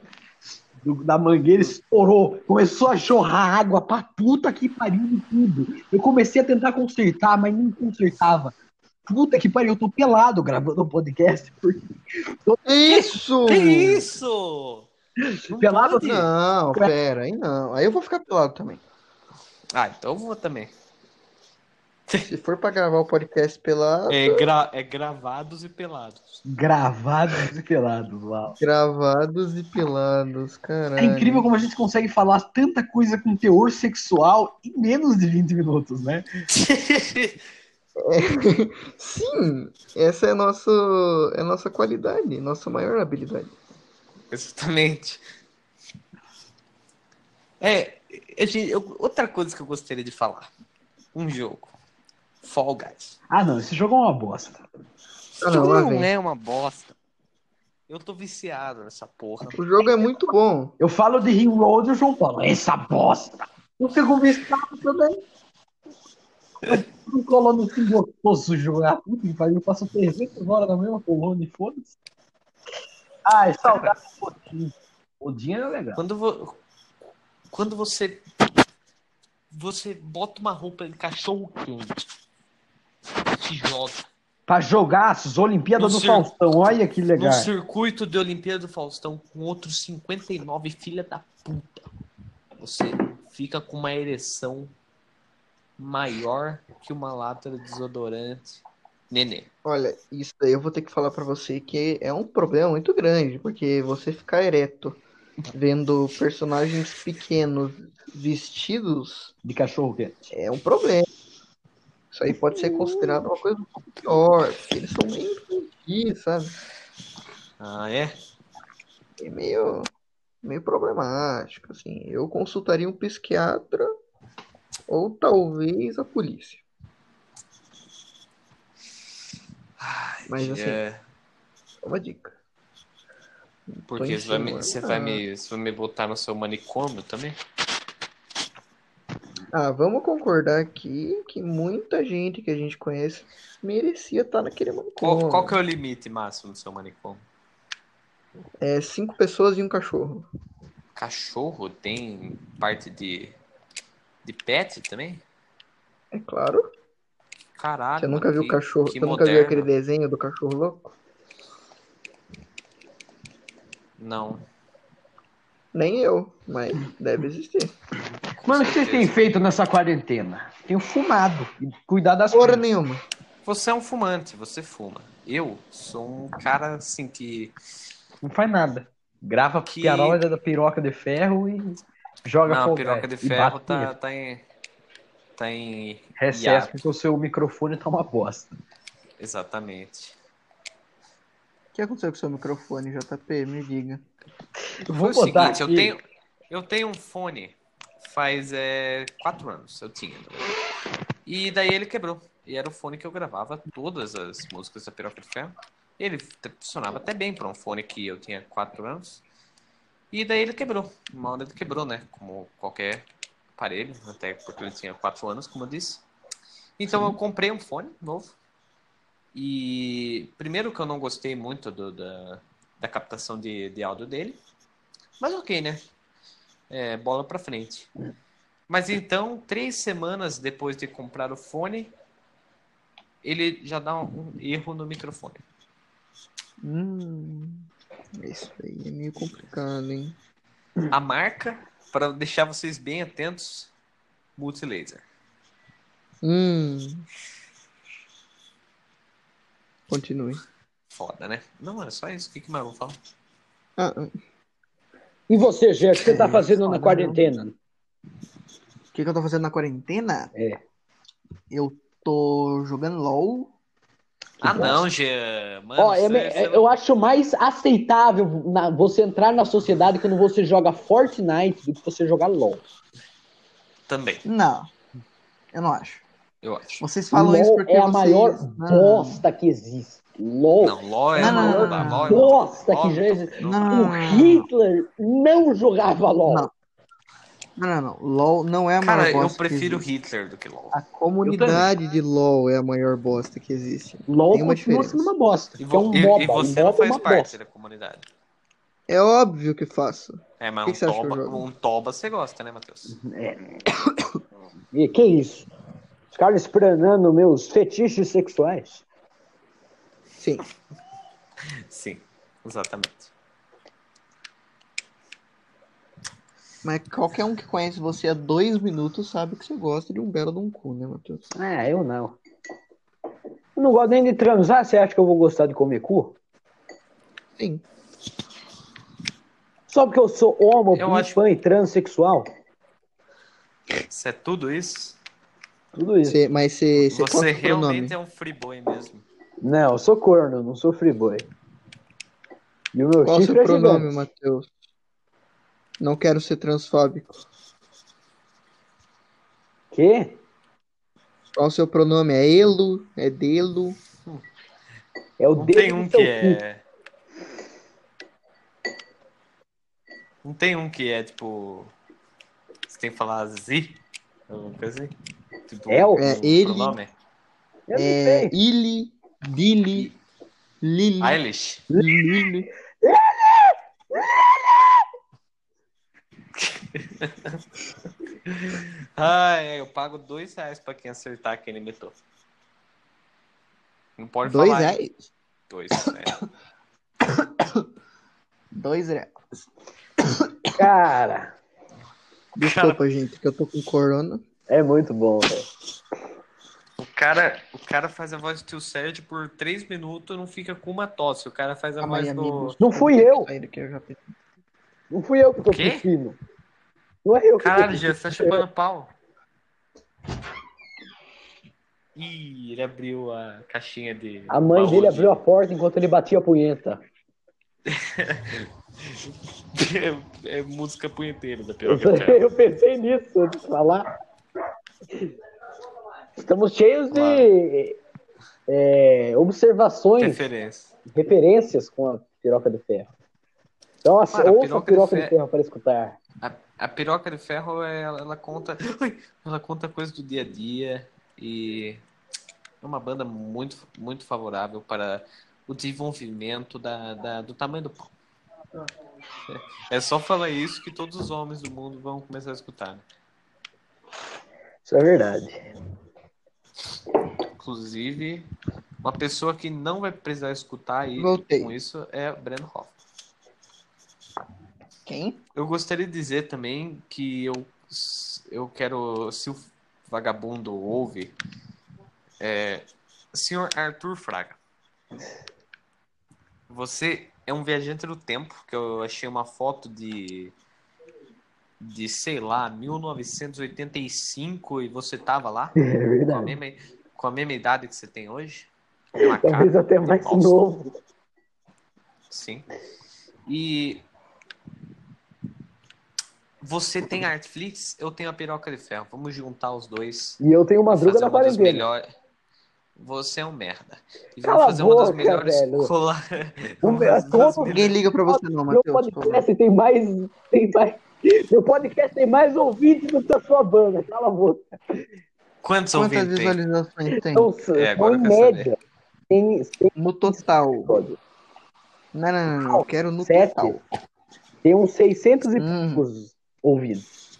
Speaker 2: do- da mangueira estourou. Começou a jorrar água pra puta que pariu de tudo. Eu comecei a tentar consertar, mas não consertava. Puta que pariu, eu tô pelado gravando o podcast. Porque
Speaker 3: Isso!
Speaker 1: Que isso? Não
Speaker 2: pelado assim,
Speaker 1: pode.
Speaker 3: Não, pera, aí não. Aí eu vou ficar pelado também.
Speaker 1: Ah, então eu vou também.
Speaker 3: Se for pra gravar o podcast pelado,
Speaker 1: É, gra- é gravados e pelados.
Speaker 2: gravado e pelado, uau.
Speaker 3: gravados e pelados, caralho.
Speaker 2: É incrível como a gente consegue falar tanta coisa com teor sexual em menos de 20 minutos, né?
Speaker 3: Sim, essa é a nossa, é a nossa qualidade, nossa maior habilidade.
Speaker 1: Exatamente. É, a gente- eu- outra coisa que eu gostaria de falar. Um jogo. Fall Guys.
Speaker 2: Ah, não, esse jogo é uma bosta.
Speaker 3: Ah,
Speaker 1: Esse
Speaker 3: não,
Speaker 1: jogo
Speaker 3: lá
Speaker 1: não
Speaker 3: vem.
Speaker 1: é uma bosta. Eu tô viciado nessa porra.
Speaker 3: O jogo é muito bom.
Speaker 2: Eu falo de Ring Road e o João Paulo, essa bosta! Um Eu fico viciado também. tá, Eu colono assim gostoso jogar. Puta que pariu, eu passo 300 horas na mesma coluna e foda-se. Ai, saudade do Odin. Odin era legal.
Speaker 1: Quando, vo- quando você. Você bota uma roupa de cachorro quente. Te joga.
Speaker 2: Pra jogar as Olimpíadas
Speaker 1: No
Speaker 2: do
Speaker 1: cir-
Speaker 2: Faustão, olha que
Speaker 1: No
Speaker 2: legal.
Speaker 1: circuito de Olimpíada do Faustão, com outros 59 filha da puta. Você fica com uma ereção maior que uma lata de desodorante. Nenê.
Speaker 3: Olha, isso daí eu vou ter que falar pra você que é um problema muito grande, porque você ficar ereto vendo personagens pequenos vestidos
Speaker 2: De cachorro quente.
Speaker 3: é um problema. Isso aí pode ser considerado uma coisa um pouco pior, porque eles são meio infantis, sabe?
Speaker 1: Ah, é?
Speaker 3: é meio, meio problemático, assim. Eu consultaria um psiquiatra ou talvez a polícia. Mas assim,
Speaker 1: É,
Speaker 3: é uma dica.
Speaker 1: porque
Speaker 3: tô
Speaker 1: você vai, me,
Speaker 3: insinuando.
Speaker 1: você, vai me, você vai me botar no seu manicômio também?
Speaker 3: Ah, vamos concordar aqui que muita gente que a gente conhece merecia estar naquele né?
Speaker 1: Qual,
Speaker 3: manicômio.
Speaker 1: qual que é o limite máximo do seu manicômio?
Speaker 3: É cinco pessoas e um cachorro.
Speaker 1: Cachorro tem parte de, de pet também?
Speaker 3: É claro.
Speaker 1: Caralho.
Speaker 3: Você nunca viu o
Speaker 1: Ah, que-
Speaker 3: cachorro?
Speaker 1: que
Speaker 3: Você nunca viu aquele
Speaker 1: moderno.
Speaker 3: desenho do cachorro louco?
Speaker 1: Não.
Speaker 3: Nem eu, mas deve existir.
Speaker 1: com
Speaker 2: Mano, o que vocês
Speaker 1: certeza.
Speaker 2: têm feito nessa quarentena? Tenho fumado. E cuidar das
Speaker 3: Porra
Speaker 2: coisas.
Speaker 3: nenhuma.
Speaker 1: Você é um fumante, você fuma. Eu sou um cara assim que.
Speaker 2: Não faz nada. Grava
Speaker 1: Que-
Speaker 2: piarola da piroca de ferro e joga
Speaker 1: Não, a
Speaker 2: Fall
Speaker 1: piroca
Speaker 2: Guys.
Speaker 1: de
Speaker 2: E
Speaker 1: ferro
Speaker 2: bate
Speaker 1: tá,
Speaker 2: punheta.
Speaker 1: tá em. Tá em.
Speaker 2: Recesso,
Speaker 1: hiato.
Speaker 2: porque o seu microfone tá uma bosta.
Speaker 1: Exatamente.
Speaker 3: O que aconteceu com o seu microfone, JP? Me diga.
Speaker 2: Eu vou
Speaker 1: Foi o
Speaker 2: botar
Speaker 1: seguinte, eu
Speaker 2: aqui.
Speaker 1: tenho, eu tenho um fone faz é, quatro anos, eu tinha. na verdade. E daí ele quebrou. E era o fone que eu gravava todas as músicas da Piroca de Ferro. Ele t- funcionava até bem para um fone que eu tinha quatro anos. E daí ele quebrou. Uma hora ele quebrou, né? Como qualquer aparelho, até porque ele tinha quatro anos, como eu disse. Então eu comprei um fone novo. E primeiro que eu não gostei muito do- da, da captação de, de áudio dele. Mas ok, né? É, bola pra frente. Mas então, três semanas depois de comprar o fone, ele já dá um erro no microfone.
Speaker 3: Hum, isso aí é meio complicado, hein?
Speaker 1: A marca, para deixar vocês bem atentos, Multilaser.
Speaker 3: Hum. Continue.
Speaker 1: Foda, né? Não, é só isso. O que, que mais eu vou falar?
Speaker 3: Ah, ah,
Speaker 2: E você, Gê, o que você tá fazendo na quarentena?
Speaker 3: o que, que eu tô fazendo na quarentena?
Speaker 2: É.
Speaker 3: Eu tô jogando LOL.
Speaker 1: ah, não, Jean. Mano,
Speaker 2: Ó, é
Speaker 1: você-
Speaker 2: me-
Speaker 1: você-
Speaker 2: é- eu acho mais aceitável na- você entrar na sociedade quando você joga Fortnite do que você jogar LOL.
Speaker 1: Também,
Speaker 3: Não. Eu não acho.
Speaker 1: eu acho.
Speaker 3: Vocês falam
Speaker 2: LOL
Speaker 3: isso porque
Speaker 2: é a
Speaker 3: vocês... Ah,
Speaker 2: maior
Speaker 3: Não,
Speaker 2: bosta que existe. LOL
Speaker 1: Não, LOL é
Speaker 3: Não, não,
Speaker 1: LOL,
Speaker 3: não, não,
Speaker 1: LOL é
Speaker 2: não.
Speaker 1: LOL.
Speaker 2: Bosta que
Speaker 1: LOL,
Speaker 2: já existe.
Speaker 1: não,
Speaker 3: Não, não,
Speaker 2: O Hitler não jogava LOL.
Speaker 3: Não. Não, não, não. LOL não é a maior
Speaker 1: Cara, eu
Speaker 3: bosta que
Speaker 1: prefiro
Speaker 3: existe.
Speaker 1: Hitler do que LOL.
Speaker 3: A comunidade de LOL é a maior bosta que existe.
Speaker 2: LOL
Speaker 3: Tem uma
Speaker 2: continua
Speaker 3: diferença.
Speaker 2: sendo uma bosta.
Speaker 1: E,
Speaker 2: que é um
Speaker 1: vo- e-
Speaker 2: MOBA.
Speaker 1: e
Speaker 2: um
Speaker 1: você não
Speaker 2: MOBA é
Speaker 1: faz
Speaker 2: uma
Speaker 1: parte né?
Speaker 2: bosta.
Speaker 1: da comunidade.
Speaker 3: É óbvio que faço.
Speaker 1: É, mas
Speaker 3: Que que você
Speaker 1: um,
Speaker 3: acha que eu
Speaker 1: toba,
Speaker 3: jogo? Uhum.
Speaker 1: um toba você gosta, né, Matheus?
Speaker 2: E que isso? Os caras explanando meus fetiches sexuais.
Speaker 3: Sim.
Speaker 1: Sim, exatamente.
Speaker 3: Mas qualquer um que conhece você há dois minutos sabe que você gosta de um belo de um cu, né, Matheus?
Speaker 2: É, eu não. Eu não gosto nem de transar, você acha que eu vou gostar de comer cu?
Speaker 3: Sim.
Speaker 2: Só porque eu sou homo,
Speaker 1: Eu
Speaker 2: bi,
Speaker 1: acho-
Speaker 2: pan e transexual?
Speaker 1: Isso é tudo isso?
Speaker 2: Tudo isso.
Speaker 3: Cê- mas cê, cê
Speaker 1: Você
Speaker 3: qual que é o nome?
Speaker 1: realmente é um free boy mesmo.
Speaker 2: Não, eu sou corno, não sou friboi. E o meu
Speaker 3: Qual o seu
Speaker 2: chifre é
Speaker 3: pronome,
Speaker 2: gigante.
Speaker 3: Matheus? Não quero ser transfóbico.
Speaker 2: Quê?
Speaker 3: Qual o seu pronome? É Elo? É Delo?
Speaker 2: É o
Speaker 1: Não
Speaker 2: dedo
Speaker 1: tem
Speaker 2: do
Speaker 1: um
Speaker 2: seu
Speaker 1: que
Speaker 2: cu.
Speaker 1: é. Não tem um que é tipo. Você tem que falar Z? Alguma coisa assim? Tipo,
Speaker 2: É o-
Speaker 1: um
Speaker 3: É ele.
Speaker 1: pronome?
Speaker 2: Eu
Speaker 3: é
Speaker 2: não sei.
Speaker 3: Ili? Dili? Lili?
Speaker 1: Ah, Eilish?
Speaker 3: Lili?
Speaker 1: Ah, é, eu pago dois reais pra quem acertar quem limitou. Não pode
Speaker 3: Dois
Speaker 1: falar. hein?
Speaker 3: reais?
Speaker 1: Dois é.
Speaker 3: Dois reais. É.
Speaker 2: Cara,
Speaker 3: Desculpa, gente, que eu tô com corona.
Speaker 2: é muito bom, velho.
Speaker 1: O cara, o cara faz a voz do tio Sérgio por três minutos e não fica com uma tosse. O cara faz a
Speaker 2: Ah,
Speaker 3: Calma
Speaker 1: voz
Speaker 3: aí,
Speaker 1: do.
Speaker 3: amigos.
Speaker 2: Não fui eu.
Speaker 3: Sair daqui, eu já pedi.
Speaker 2: Não fui eu que tô
Speaker 1: Quê?
Speaker 2: tossindo. Não é eu que
Speaker 1: Caralho,
Speaker 2: tô
Speaker 1: Jean, você tá chupando pau? Ih, ele abriu a caixinha de.
Speaker 2: A mãe
Speaker 1: baú
Speaker 2: dele
Speaker 1: de-
Speaker 2: abriu a porta enquanto ele batia a punheta.
Speaker 1: é, é música punheteira da pior
Speaker 2: Eu,
Speaker 1: que eu quero.
Speaker 2: eu pensei nisso antes de falar. Estamos cheios de é, observações,
Speaker 1: Referência.
Speaker 2: referências com a piroca de ferro. Então, assim,
Speaker 1: Cara, a
Speaker 2: ouça
Speaker 1: piroca
Speaker 2: a
Speaker 1: de
Speaker 2: piroca de
Speaker 1: ferro-
Speaker 2: ferro para escutar.
Speaker 1: A, a piroca de ferro, é- ela, ela conta. Ui, ela conta coisas do dia a dia. E é uma banda muito, muito favorável para o desenvolvimento da, da- do tamanho do pau. É só falar isso que todos os homens do mundo vão começar a escutar. né?
Speaker 2: Isso é verdade.
Speaker 1: Inclusive, uma pessoa que não vai precisar escutar e
Speaker 3: Voltei.
Speaker 1: com isso é Breno Hoff.
Speaker 3: Quem?
Speaker 1: Eu gostaria de dizer também que eu, eu quero, se o vagabundo ouve, é, senhor Arthur Fraga, você é um viajante do tempo, que eu achei uma foto de, de sei lá, 1985 e você tava lá?
Speaker 2: É
Speaker 1: com a
Speaker 2: verdade.
Speaker 1: mesma, com a mesma idade que você tem hoje? Uma
Speaker 2: Talvez
Speaker 1: cara,
Speaker 2: até mais
Speaker 1: Nossa.
Speaker 2: novo.
Speaker 1: sim. E você tem Artflix, eu tenho a piroca de ferro. Vamos juntar os dois.
Speaker 2: E eu tenho uma
Speaker 1: fazer
Speaker 2: droga na
Speaker 1: é uma das
Speaker 2: quarentena.
Speaker 1: melhores. Você é um merda. E
Speaker 4: Cala
Speaker 1: vamos
Speaker 4: a
Speaker 1: fazer uma das
Speaker 4: boca,
Speaker 1: melhores
Speaker 4: velho. Um é
Speaker 1: cola-
Speaker 4: O
Speaker 1: vamos
Speaker 4: meu-
Speaker 1: fazer
Speaker 4: todo
Speaker 1: uma das melhores-
Speaker 3: Ninguém liga pra você não,
Speaker 4: Meu
Speaker 3: Matheus. por favor.
Speaker 4: podcast tem mais. Tem mais meu podcast tem mais ouvintes do que a sua banda. Cala a boca.
Speaker 1: Quantos
Speaker 3: Quantas
Speaker 1: ouvintes tem?
Speaker 3: visualizações tem?
Speaker 4: Então, são
Speaker 1: É, agora
Speaker 4: em
Speaker 1: eu quero saber.
Speaker 4: média. Tem, tem
Speaker 3: No total.
Speaker 4: episódios.
Speaker 3: Não, não, não, não. Eu quero no
Speaker 4: Sete.
Speaker 3: total.
Speaker 4: Tem uns 600 e
Speaker 3: Hum,
Speaker 4: poucos ouvidos.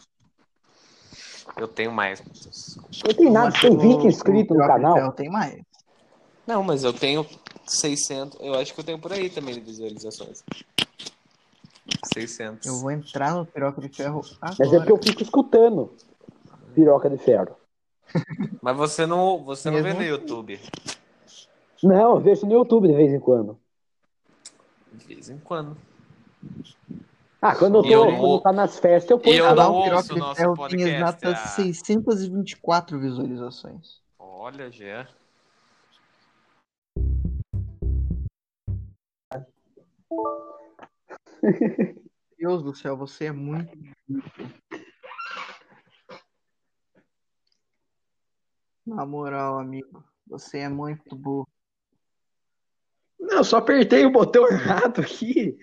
Speaker 1: Eu tenho mais, Matheus.
Speaker 4: Não tem nada,
Speaker 3: mas
Speaker 4: tem
Speaker 3: o-
Speaker 4: 20 inscritos
Speaker 3: o
Speaker 4: no canal.
Speaker 3: Rafael Tem mais.
Speaker 1: Não, mas eu tenho 600. Eu acho que eu tenho por aí também de visualizações. 600.
Speaker 3: Eu vou entrar no Piroca de Ferro agora.
Speaker 4: Mas é porque eu fico escutando Piroca de Ferro.
Speaker 1: Mas você não, você não vê
Speaker 3: Mesmo
Speaker 1: no YouTube.
Speaker 4: Não, eu vejo no YouTube de vez em quando.
Speaker 1: De vez em quando.
Speaker 4: Ah, quando eu
Speaker 1: Eu
Speaker 4: tô,
Speaker 1: não-
Speaker 4: quando tá nas festas, eu ponho.
Speaker 1: eu
Speaker 3: O
Speaker 4: canal.
Speaker 1: não ouço
Speaker 3: Piroca
Speaker 1: o
Speaker 3: de
Speaker 1: nosso
Speaker 3: Ferro
Speaker 1: podcast,
Speaker 3: tem exatas
Speaker 1: ah.
Speaker 3: 624 visualizações.
Speaker 1: Olha, Jean.
Speaker 3: Meu Deus do céu, você é muito. Na moral, amigo, você é muito burro.
Speaker 4: Não, eu só apertei o botão errado aqui.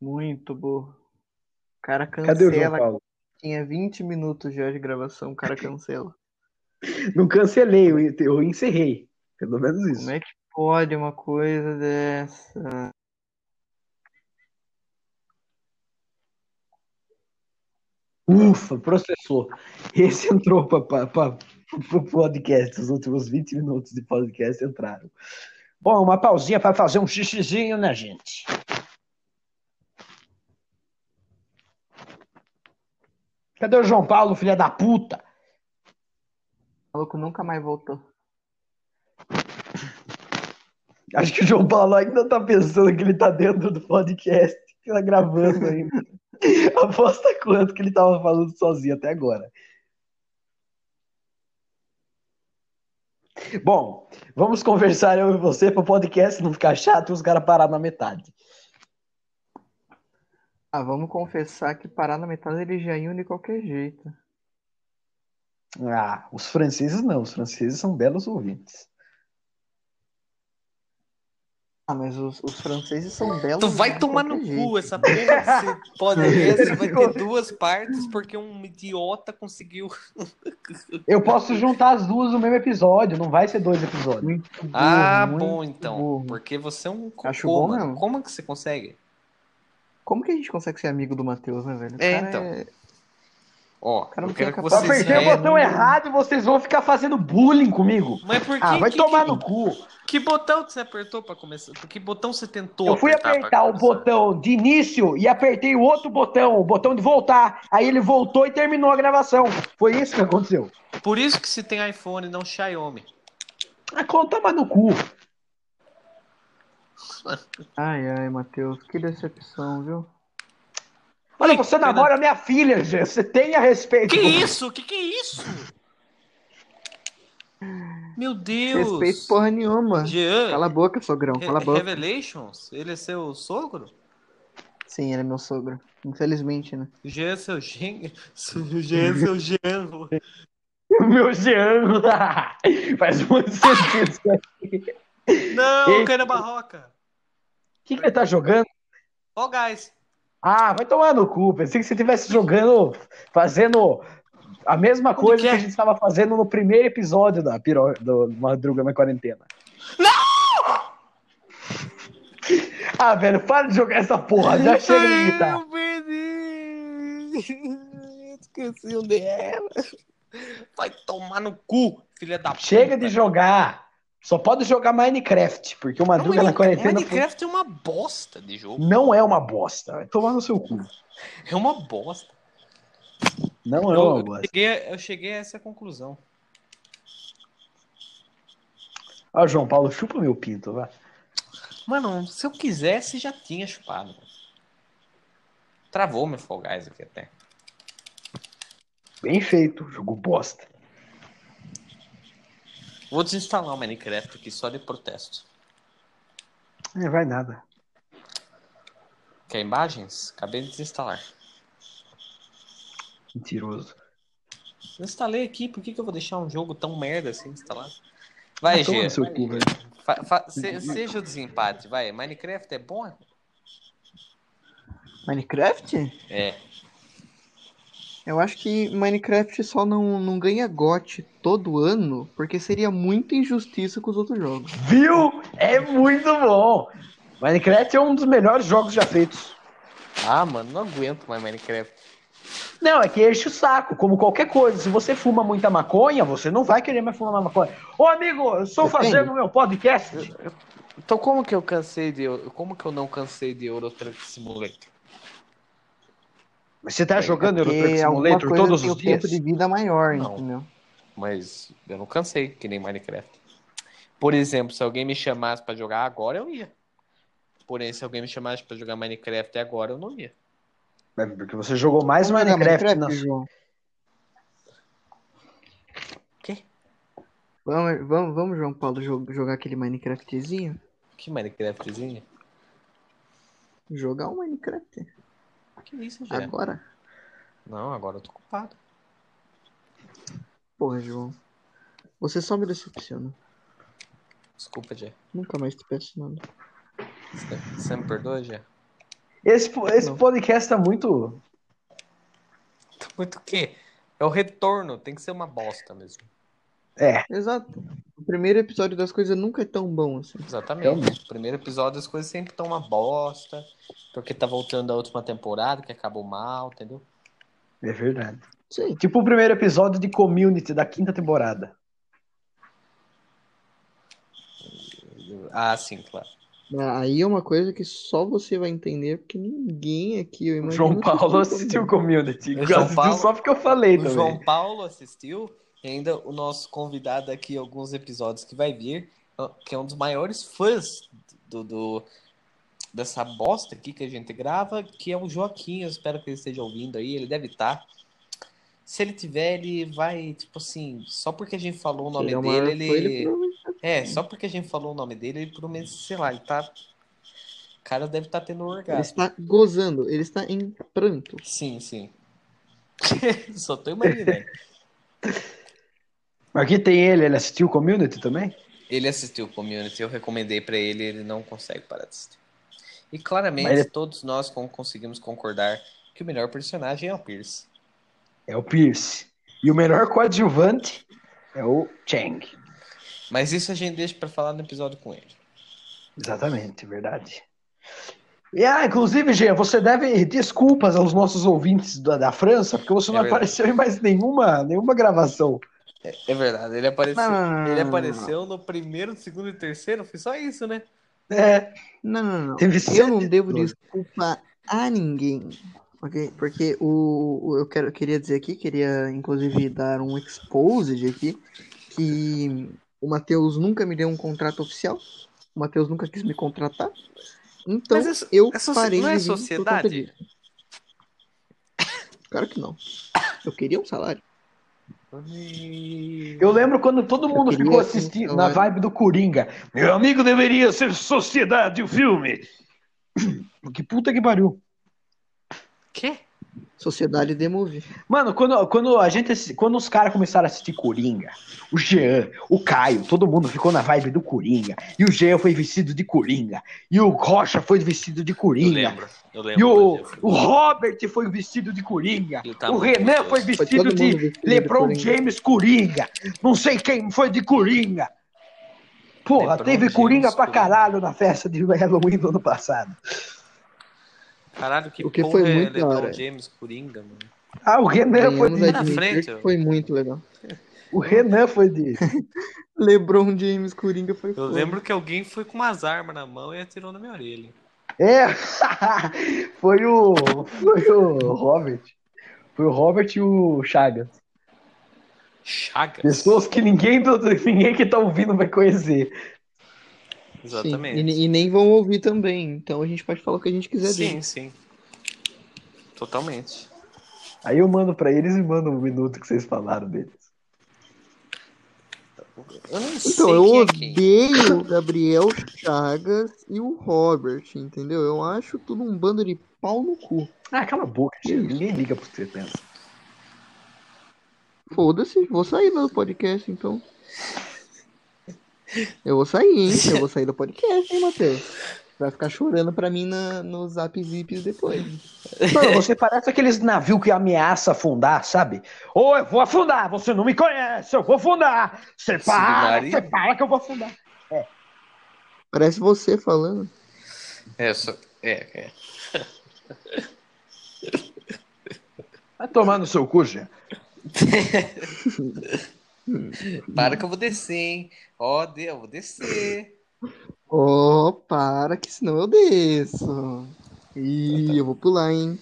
Speaker 3: Muito burro. O cara
Speaker 4: Cadê o João
Speaker 3: cancela.
Speaker 4: Paulo?
Speaker 3: Tinha 20 minutos já de gravação, o cara cancela.
Speaker 4: Não cancelei, eu- eu encerrei. Pelo menos isso.
Speaker 3: Como é que pode uma coisa dessa?
Speaker 4: Ufa, processou. Esse entrou para o podcast. Os últimos 20 minutos de podcast entraram.
Speaker 2: Bom, uma pausinha para fazer um xixizinho, né, gente? Cadê o João Paulo, filha da puta?
Speaker 3: O maluco nunca mais voltou.
Speaker 2: Acho que o João Paulo ainda tá pensando que ele tá dentro do podcast, que tá gravando ainda. Aposta quanto que ele tava falando sozinho até agora. Bom, vamos conversar eu e você pro podcast não ficar chato e os caras parar na metade.
Speaker 3: Ah, vamos confessar que parar na metade eles já iam de qualquer jeito.
Speaker 2: Ah, os franceses não, os franceses são belos ouvintes.
Speaker 3: Ah, mas os, os franceses são belos.
Speaker 1: Tu
Speaker 3: né,
Speaker 1: vai
Speaker 3: de
Speaker 1: tomar no
Speaker 3: qualquer jeito.
Speaker 1: cu essa porra desse podcast. Vai ter duas partes porque um idiota conseguiu.
Speaker 2: Eu posso juntar as duas no mesmo episódio, não vai ser dois episódios.
Speaker 1: Ah,
Speaker 3: muito
Speaker 1: bom então.
Speaker 3: burro.
Speaker 1: Porque você é um cocô,
Speaker 3: Acho bom
Speaker 1: mano.
Speaker 3: mesmo.
Speaker 1: Como é que você consegue?
Speaker 3: Como que a gente consegue ser amigo do Matheus, né, velho? O
Speaker 1: É,
Speaker 3: cara
Speaker 1: então.
Speaker 3: é-
Speaker 1: Ó,
Speaker 3: cara não
Speaker 1: eu quero
Speaker 3: tem
Speaker 1: que
Speaker 2: Eu
Speaker 1: você
Speaker 3: capacidade.
Speaker 2: apertei
Speaker 3: é-
Speaker 2: o botão errado e vocês vão ficar fazendo bullying comigo.
Speaker 1: Mas por que,
Speaker 2: Ah, vai
Speaker 1: que,
Speaker 2: tomar
Speaker 1: que,
Speaker 2: no cu.
Speaker 1: que botão que você apertou pra começar? Que botão você tentou
Speaker 2: Eu fui
Speaker 1: apertar pra
Speaker 2: apertar o
Speaker 1: começar?
Speaker 2: botão de início e apertei o outro botão, o botão de voltar. Aí ele voltou e terminou a gravação. Foi isso que aconteceu.
Speaker 1: Por isso que se tem iPhone, não Xiaomi.
Speaker 2: Ah, como tomar no cu.
Speaker 3: Ai, ai, Matheus, que decepção, viu?
Speaker 2: Olha,
Speaker 1: Ui,
Speaker 2: você
Speaker 1: pena.
Speaker 2: namora minha filha, Gê. Você tenha respeito.
Speaker 1: Que isso? Que que é isso? Meu Deus.
Speaker 3: Respeito porra nenhuma.
Speaker 1: Jean,
Speaker 3: Cala a boca, sogrão,
Speaker 1: Re-
Speaker 3: cala a boca.
Speaker 1: Revelations? Ele é seu sogro?
Speaker 3: Sim, ele é meu sogro. Infelizmente, né?
Speaker 1: Jean é seu gen... Jean é seu genro.
Speaker 2: Meu Jean. Faz muito sentido.
Speaker 1: Não,
Speaker 2: Ei.
Speaker 1: cana barroca.
Speaker 2: O que, que ele tá jogando?
Speaker 1: Ó o gás.
Speaker 2: Ah, vai tomar no cu. Pensei que você estivesse jogando, fazendo a mesma
Speaker 1: que
Speaker 2: coisa que,
Speaker 1: é?
Speaker 2: a gente estava fazendo no primeiro episódio da piro... do Madruga na Quarentena. Não! Ah, velho, para de jogar essa porra. Ah, Já chega de gritar.
Speaker 1: Eu perdi. Esqueci onde era. Vai tomar no cu, filha da
Speaker 2: Chega
Speaker 1: puta.
Speaker 2: de jogar. Só pode jogar Minecraft, porque o Madruga na
Speaker 1: Minecraft-
Speaker 2: Quarentena
Speaker 1: Minecraft é uma bosta de jogo.
Speaker 2: não é uma bosta. Vai tomar no seu cu.
Speaker 1: É uma bosta.
Speaker 2: Não é
Speaker 1: Eu-
Speaker 2: uma
Speaker 1: eu
Speaker 2: bosta.
Speaker 1: cheguei- eu cheguei a essa conclusão.
Speaker 2: Ah, João Paulo, chupa meu pinto, vai.
Speaker 1: Mano, se eu quisesse, já tinha chupado. Travou meu Fall Guys aqui até.
Speaker 2: Bem feito. Jogo bosta.
Speaker 1: Vou desinstalar o Minecraft aqui só de protesto.
Speaker 2: Não vai nada.
Speaker 1: Quer imagens? Acabei de desinstalar.
Speaker 2: Mentiroso.
Speaker 1: Desinstalei aqui, por que, que eu vou deixar um jogo tão merda assim instalado? Vai,
Speaker 2: Ah, toma
Speaker 1: Gê.
Speaker 2: no seu cu, velho.
Speaker 1: Fa- fa- se- seja o desempate, vai. Minecraft é bom?
Speaker 3: Minecraft?
Speaker 1: É.
Speaker 3: Eu acho que Minecraft só não, não ganha GOT todo ano, porque seria muita injustiça com os outros jogos.
Speaker 2: Viu? É muito bom. Minecraft é um dos melhores jogos já feitos.
Speaker 1: Ah, mano, não aguento mais Minecraft.
Speaker 2: Não, é que enche o saco, como qualquer coisa. Se você fuma muita maconha, você não vai querer mais fumar mais maconha. Ô, amigo, eu estou
Speaker 3: Depende.
Speaker 2: fazendo meu podcast.
Speaker 1: Então como que eu cansei de... Euro- Como que eu não cansei de Euro Truck Simulator?
Speaker 2: Mas você tá jogando Euro
Speaker 3: Porque
Speaker 2: Truck
Speaker 3: alguma
Speaker 2: Simulator
Speaker 3: coisa
Speaker 2: todos
Speaker 3: tem
Speaker 2: os
Speaker 3: um
Speaker 2: dias?
Speaker 3: tempo de vida maior,
Speaker 1: Não.
Speaker 3: entendeu?
Speaker 1: Mas eu não cansei, que nem Minecraft. Por exemplo, se alguém me chamasse pra jogar agora, eu ia. Porém, se alguém me chamasse pra jogar Minecraft agora, eu não ia.
Speaker 2: É, Porque você jogou mais
Speaker 3: Vamos jogar
Speaker 2: Minecraft. na sua-
Speaker 3: João?
Speaker 1: Quê?
Speaker 3: Vamos, vamos, vamos, João Paulo, jo- jogar aquele Minecraftzinho?
Speaker 1: Que Minecraftzinho?
Speaker 3: Jogar um Minecraft
Speaker 1: Que isso, Gê?
Speaker 3: agora?
Speaker 1: Não, agora eu tô ocupado.
Speaker 3: Porra, João. Você só me decepciona.
Speaker 1: Desculpa, Gê.
Speaker 3: Nunca mais te peço nada.
Speaker 1: Você- Você me perdoa, Gê?
Speaker 2: Esse, po- esse
Speaker 3: Não.
Speaker 2: podcast tá muito.
Speaker 1: Tá Muito o quê? É o retorno, tem que ser uma bosta mesmo.
Speaker 2: É.
Speaker 3: Exato. O primeiro episódio das coisas nunca é tão bom assim.
Speaker 1: Exatamente. No primeiro episódio as coisas sempre estão uma bosta, porque tá voltando a última temporada que acabou mal, entendeu?
Speaker 2: É verdade.
Speaker 3: Sim.
Speaker 2: Tipo o primeiro episódio de Community da quinta temporada.
Speaker 1: Ah, sim, claro.
Speaker 3: Aí é uma coisa que só você vai entender, porque ninguém aqui, eu
Speaker 2: O
Speaker 3: imagino.
Speaker 2: João Paulo
Speaker 3: assistiu
Speaker 2: assistiu Community.
Speaker 1: O João
Speaker 2: assistiu
Speaker 1: Paulo-
Speaker 2: só porque eu falei
Speaker 1: O
Speaker 2: também.
Speaker 1: João Paulo assistiu, e ainda o nosso convidado aqui, alguns episódios que vai vir, que é um dos maiores fãs do, do- dessa bosta aqui que a gente grava, que é o Joaquim. Eu espero que ele esteja ouvindo aí, ele deve estar. Se ele tiver, ele vai, tipo assim, só porque a gente falou o nome
Speaker 3: é o maior
Speaker 1: dele,
Speaker 3: fã,
Speaker 1: ele.
Speaker 3: provavelmente-
Speaker 1: É, só porque a gente falou o nome dele, ele pelo menos, sei lá, ele tá. O cara deve estar tendo um
Speaker 3: ele
Speaker 1: orgasmo.
Speaker 3: está gozando, ele está em pranto.
Speaker 1: Sim, sim. só tô imaginando.
Speaker 2: Mas aqui tem ele, ele assistiu Community também?
Speaker 1: Ele assistiu o Community, eu recomendei pra ele, ele não consegue parar de assistir. E claramente
Speaker 2: Mas ele-
Speaker 1: todos nós con- conseguimos concordar que o melhor personagem é o Pierce.
Speaker 2: É o Pierce. E o melhor coadjuvante é o Chang.
Speaker 1: Mas isso a gente deixa pra falar no episódio com ele.
Speaker 2: Exatamente, verdade. E, ah, inclusive, Jean, você deve desculpas aos nossos ouvintes da, da França, porque você
Speaker 1: É
Speaker 2: não
Speaker 1: verdade.
Speaker 2: apareceu em mais nenhuma, nenhuma gravação.
Speaker 1: É verdade, ele apareceu.
Speaker 3: Não, não, não,
Speaker 2: Ah.
Speaker 3: não,
Speaker 1: Ele é
Speaker 3: não,
Speaker 1: apareceu no primeiro, segundo e terceiro, foi só isso, né?
Speaker 2: É,
Speaker 3: Não, não, não.
Speaker 2: teve
Speaker 3: Eu
Speaker 2: sete
Speaker 3: não devo
Speaker 2: episódios.
Speaker 3: desculpa a ninguém. ok? Porque o, o- eu quero, queria dizer aqui, queria inclusive dar um exposed aqui, que o Matheus nunca me deu um contrato oficial. O Matheus nunca quis me contratar. Então
Speaker 1: Mas isso-
Speaker 3: eu
Speaker 1: é soci-
Speaker 3: parei
Speaker 1: não é
Speaker 3: de vir por conta
Speaker 1: sociedade?
Speaker 3: disso. Claro que não. Eu queria um salário.
Speaker 2: Eu lembro quando todo mundo
Speaker 3: queria
Speaker 2: ficou
Speaker 3: esse
Speaker 2: assistindo na
Speaker 3: salário.
Speaker 2: vibe do Coringa. Meu amigo deveria ser sociedade, o filme. Que puta que pariu.
Speaker 1: Quê?
Speaker 3: Sociedade demove.
Speaker 2: Mano, quando, quando a gente assi- quando os caras começaram a assistir Coringa, o Jean, o Caio, todo mundo ficou na vibe do Coringa. E o Jean foi vestido de Coringa. E o Rocha foi vestido de
Speaker 1: Eu
Speaker 2: Coringa.
Speaker 1: lembro, eu lembro.
Speaker 2: E o,
Speaker 1: Matheus.
Speaker 2: o Robert foi vestido de Coringa.
Speaker 1: Ele tá
Speaker 2: o
Speaker 1: muito
Speaker 2: Renan
Speaker 1: gostoso.
Speaker 2: foi
Speaker 3: Foi
Speaker 2: vestido
Speaker 3: todo
Speaker 2: de
Speaker 3: mundo vestido de
Speaker 2: LeBron
Speaker 3: Coringa.
Speaker 2: James Coringa. Não sei quem foi de Coringa. Porra,
Speaker 1: LeBron
Speaker 2: teve
Speaker 1: James
Speaker 2: Coringa pra
Speaker 1: Coringa.
Speaker 2: caralho na festa de Halloween do ano passado.
Speaker 1: Caralho, que
Speaker 3: O que
Speaker 1: porra
Speaker 3: foi
Speaker 1: é
Speaker 3: muito da
Speaker 1: LeBron
Speaker 3: hora.
Speaker 1: James Coringa, mano.
Speaker 2: Ah, o Renan foi
Speaker 3: Venhamos a
Speaker 1: né?
Speaker 2: de,
Speaker 1: na frente,
Speaker 3: admitir
Speaker 1: ó.
Speaker 3: que foi muito legal.
Speaker 2: o Renan foi de
Speaker 3: LeBron James Coringa foi
Speaker 1: Eu
Speaker 3: foda.
Speaker 1: lembro que alguém foi com umas armas na mão e atirou na minha orelha.
Speaker 2: É, foi o foi o Robert, foi o Robert e o Chagas.
Speaker 1: Chagas.
Speaker 2: Pessoas que ninguém do- ninguém que tá ouvindo vai conhecer.
Speaker 3: Sim,
Speaker 1: Exatamente.
Speaker 3: e ne- e, nem vão ouvir também. Então a gente pode falar o que a gente quiser
Speaker 1: Sim,
Speaker 3: dele.
Speaker 1: sim. Totalmente.
Speaker 2: Aí eu mando pra eles e mando um minuto que vocês falaram deles.
Speaker 1: Eu não sei
Speaker 3: Então, eu
Speaker 1: quem é quem.
Speaker 3: odeio o Gabriel Chagas e o Robert, entendeu? Eu acho tudo um bando de pau no cu.
Speaker 2: Ah, cala a boca, gente. ninguém liga pro que você pensa.
Speaker 3: Foda-se, vou sair do podcast então. Eu vou sair, hein? Eu vou sair do podcast, hein, Matheus? Vai ficar chorando pra mim na, no Zap Zips depois.
Speaker 2: Mano, você parece aqueles navios que ameaça afundar, sabe? Ou eu vou afundar, você não me conhece, eu vou afundar. Você para,
Speaker 1: Submarino?
Speaker 2: você para que eu vou afundar.
Speaker 3: Parece você falando.
Speaker 1: É, só... é, é.
Speaker 2: Vai tomar no seu cu, já.
Speaker 1: Para que eu vou descer, hein? Ó, Deus, eu vou descer.
Speaker 3: Oh, para, que senão eu desço. Ih, eu vou pular, hein?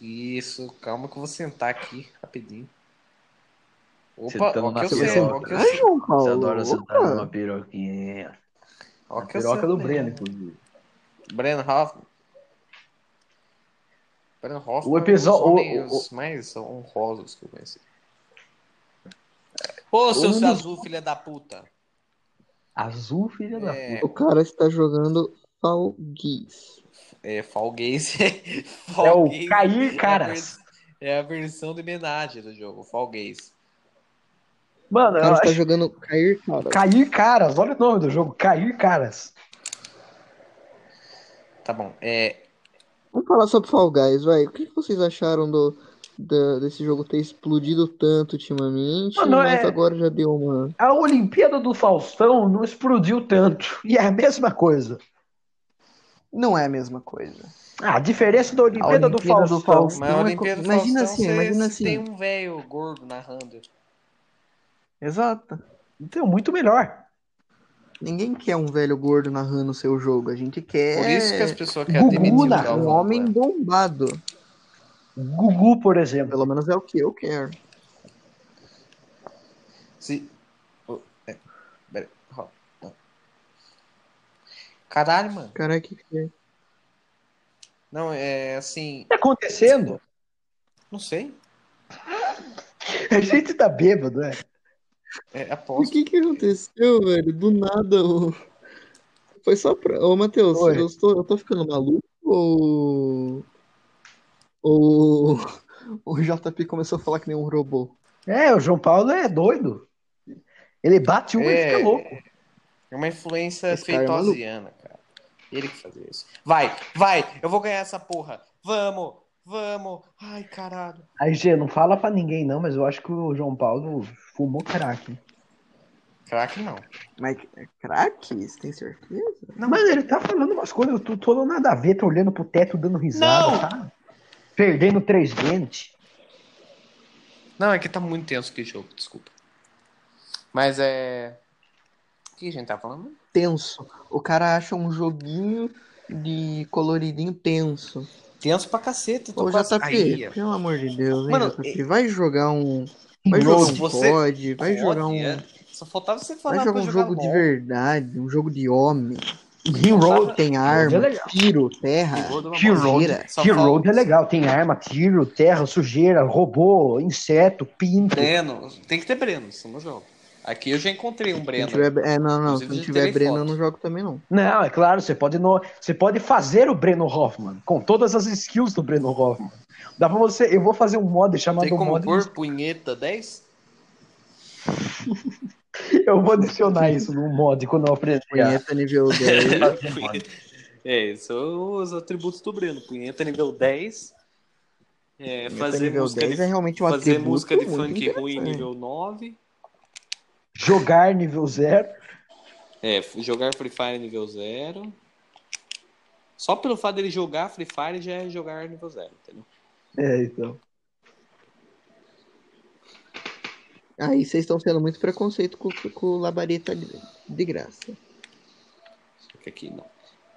Speaker 1: Isso, calma que eu vou sentar aqui, rapidinho. Opa,
Speaker 5: Sentando
Speaker 1: ó que
Speaker 5: tá na piroca.
Speaker 1: eu sei, ó que eu
Speaker 3: Ai,
Speaker 1: sei.
Speaker 3: João Paulo.
Speaker 5: Você adora sentar
Speaker 3: opa.
Speaker 5: numa piroquinha.
Speaker 1: Ó
Speaker 2: é
Speaker 1: que eu
Speaker 5: Piroca do
Speaker 1: sentei.
Speaker 5: Breno, inclusive.
Speaker 1: Breno Hoffman. Breno Hoffman
Speaker 5: O episódio-
Speaker 1: é um dos homens
Speaker 5: o-
Speaker 1: mais honrosos que eu conheci. Ô, seu
Speaker 5: Um dos-
Speaker 1: azul, filha da puta.
Speaker 5: Azul, filha da
Speaker 1: É,
Speaker 3: O cara está jogando Falguiz.
Speaker 1: é Fall Guys.
Speaker 2: É
Speaker 1: Fall
Speaker 2: o
Speaker 1: Guys
Speaker 2: cair,
Speaker 1: É a,
Speaker 2: caras.
Speaker 1: vers- é a versão de homenagem do jogo, Fall Guys.
Speaker 2: Mano,
Speaker 3: O
Speaker 2: eu
Speaker 3: cara está
Speaker 2: acho...
Speaker 3: jogando Cair Cara.
Speaker 2: cair caras, olha o nome do jogo, cair caras.
Speaker 1: Tá bom. É,
Speaker 3: Vamos falar sobre Fall Guys, vai. O que que vocês acharam do, da- desse jogo ter explodido tanto ultimamente?
Speaker 2: Mano,
Speaker 3: mas
Speaker 2: é-
Speaker 3: agora já deu uma.
Speaker 2: A Olimpíada do Faustão não explodiu tanto. E é a mesma coisa.
Speaker 3: Não é a mesma coisa.
Speaker 2: Ah, a diferença da Olimpíada, do
Speaker 3: Olimpíada
Speaker 2: Faustão.
Speaker 3: do Faustão.
Speaker 1: mas a
Speaker 3: Não é
Speaker 1: Olimpíada
Speaker 3: co- imagina
Speaker 1: Faustão,
Speaker 3: assim,
Speaker 1: cê-
Speaker 3: imagina
Speaker 1: cê Tem
Speaker 3: assim.
Speaker 1: um velho gordo narrando.
Speaker 3: Exato.
Speaker 2: Então, muito melhor.
Speaker 3: Ninguém quer um velho gordo narrando o seu jogo. A gente quer
Speaker 1: Por isso que as pessoas querem
Speaker 2: Gugu
Speaker 1: demitir o
Speaker 2: narra-
Speaker 1: Galvão.
Speaker 3: É
Speaker 1: né?
Speaker 3: um homem
Speaker 1: Bueno.
Speaker 3: bombado.
Speaker 2: Gugu, por exemplo.
Speaker 3: Pelo menos é o que eu quero.
Speaker 1: Se... Oh, é. Pera- Ó, ó. Caralho, mano.
Speaker 3: Cara, que que é?
Speaker 1: Não, é assim.
Speaker 2: O que tá acontecendo?
Speaker 1: Não sei.
Speaker 2: A gente tá bêbado, né?
Speaker 1: É,
Speaker 3: O
Speaker 1: aposto.
Speaker 3: que que aconteceu, velho? Do nada, o... Foi só pra... Ô, Matheus,
Speaker 2: Oi.
Speaker 3: eu estou, eu tô ficando maluco ou... Ou... O JP começou a falar que nem um robô.
Speaker 2: É, o João Paulo é doido. Ele bate um
Speaker 1: É.
Speaker 2: e fica louco.
Speaker 1: É uma influência
Speaker 3: Esse cara é maluco.
Speaker 1: feitosiana, cara. Ele que fazia isso. Vai, vai, eu vou ganhar essa porra. Vamos, vamos. Ai, caralho.
Speaker 2: Aí, Gê, não fala pra ninguém não, mas eu acho que o João Paulo fumou crack.
Speaker 1: Crack não.
Speaker 3: Mas é craque? Você tem certeza?
Speaker 2: Não, mano, ele tá falando umas coisas, eu tô todo nada a ver, tô olhando pro teto, dando risada,
Speaker 1: Não!
Speaker 2: tá? Perdendo três dentes.
Speaker 1: Não, é que tá muito tenso que jogo, desculpa. Mas é. O que a gente tá falando?
Speaker 3: Tenso. O cara acha um joguinho de coloridinho tenso.
Speaker 1: Tenso pra cacete, tô
Speaker 3: Ô,
Speaker 1: quase.
Speaker 3: JP,
Speaker 1: Aí, ó.
Speaker 3: pelo amor de Deus, hein,
Speaker 1: Mano,
Speaker 3: JP? Vai jogar um... Vai
Speaker 1: Bro,
Speaker 3: jogar um
Speaker 1: você-
Speaker 3: COD, vai jogar um...
Speaker 1: Olha, é. Só faltava você falar
Speaker 3: Vai
Speaker 1: pra
Speaker 3: jogar um jogo de
Speaker 1: LOL.
Speaker 3: verdade, um jogo de homem.
Speaker 2: Road. assim,
Speaker 3: Tem
Speaker 2: é
Speaker 3: arma,
Speaker 2: legal.
Speaker 3: tiro, terra.
Speaker 1: um Jogo de uma
Speaker 3: Sujeira.
Speaker 1: bola. Só falta-
Speaker 2: T-Road é legal, tem arma, tiro, terra, sujeira, robô, inseto, pinto.
Speaker 1: Breno, tem que ter Breno, isso no jogo. Aqui eu já encontrei um
Speaker 3: Se não
Speaker 1: Breno.
Speaker 3: tiver, é, não, não. Se
Speaker 1: Inclusive,
Speaker 3: não
Speaker 1: eu
Speaker 3: tiver
Speaker 1: tirei
Speaker 3: Breno,
Speaker 1: foto.
Speaker 3: eu não jogo também, não.
Speaker 2: Não, é claro, você pode, no- você pode fazer o Breno Hoffman, com todas as skills do Breno Hoffman. Dá pra você, eu vou fazer um mod chamado
Speaker 1: Tem como
Speaker 2: mod,
Speaker 1: pôr punheta 10?
Speaker 2: eu vou adicionar isso no mod quando eu aprender. a-
Speaker 3: Punheta nível 10.
Speaker 1: É, isso são os atributos do Breno. Punheta nível 10. É,
Speaker 3: Punheta
Speaker 1: fazer
Speaker 3: nível
Speaker 1: música
Speaker 3: 10
Speaker 1: de,
Speaker 3: é realmente um
Speaker 1: fazer
Speaker 3: atributo
Speaker 1: música de
Speaker 3: muito
Speaker 1: funk ruim
Speaker 3: interessante.
Speaker 1: nível 9.
Speaker 2: Jogar nível zero.
Speaker 1: É, f- jogar Free Fire nível 0. Só pelo fato dele jogar Free Fire já é jogar nível 0, entendeu?
Speaker 2: É, então.
Speaker 3: Aí vocês estão sendo muito preconceito com, com o labareta de, de graça.
Speaker 1: Só que aqui não.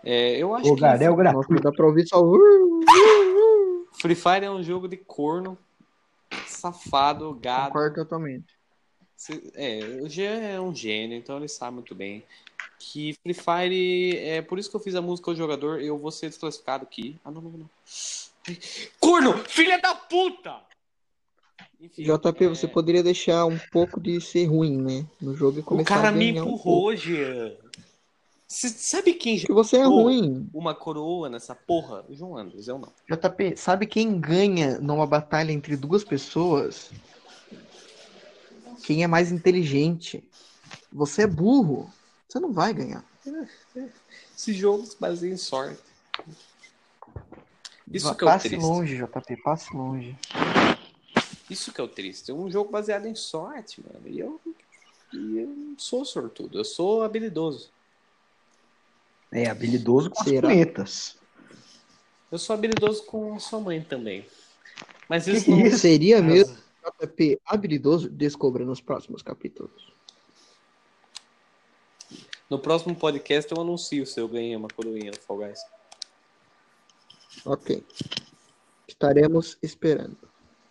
Speaker 1: É, eu acho
Speaker 2: Jogar
Speaker 1: que
Speaker 2: é o
Speaker 3: Nossa,
Speaker 2: gratuito.
Speaker 3: dá pra ouvir só. uh,
Speaker 1: Free Fire é um jogo de corno, safado, gado.
Speaker 3: Concordo totalmente.
Speaker 1: Se- É, o Jean é um gênio, então ele sabe muito bem que Free Fire é por isso que eu fiz a música O Jogador, eu vou ser desclassificado aqui. Ah, não, não, não. Corno, filha da puta! Enfim,
Speaker 3: JP,
Speaker 1: é,
Speaker 3: você poderia deixar um pouco de ser ruim, né? No jogo e
Speaker 1: O
Speaker 3: começar
Speaker 1: cara
Speaker 3: a
Speaker 1: me
Speaker 3: ganhar um pouco.
Speaker 1: empurrou, Jean. Você sabe quem já
Speaker 3: Porque você é
Speaker 1: Pô.
Speaker 3: ruim.
Speaker 1: uma coroa nessa porra? O João Andres, eu não.
Speaker 3: JP, sabe quem ganha numa batalha entre duas pessoas? Quem é mais inteligente. Você é burro. Você não vai ganhar.
Speaker 1: Esse jogo se baseia em sorte. Isso
Speaker 3: Vá-
Speaker 1: que é o
Speaker 3: passe
Speaker 1: triste.
Speaker 3: longe, JP, passe longe.
Speaker 1: Isso que é o triste. É um jogo baseado em sorte, mano. E eu, e eu não sou sortudo, eu sou habilidoso.
Speaker 2: É habilidoso com as
Speaker 3: Será?
Speaker 2: punhetas.
Speaker 1: Eu sou habilidoso com sua mãe também. Mas isso
Speaker 3: Que
Speaker 1: não
Speaker 3: isso? Seria
Speaker 1: Ah,
Speaker 3: É mesmo JP habilidoso? Descubra nos próximos capítulos.
Speaker 1: No próximo podcast eu anuncio se eu ganhei uma coroinha no Fall Guys.
Speaker 3: Ok. Estaremos esperando,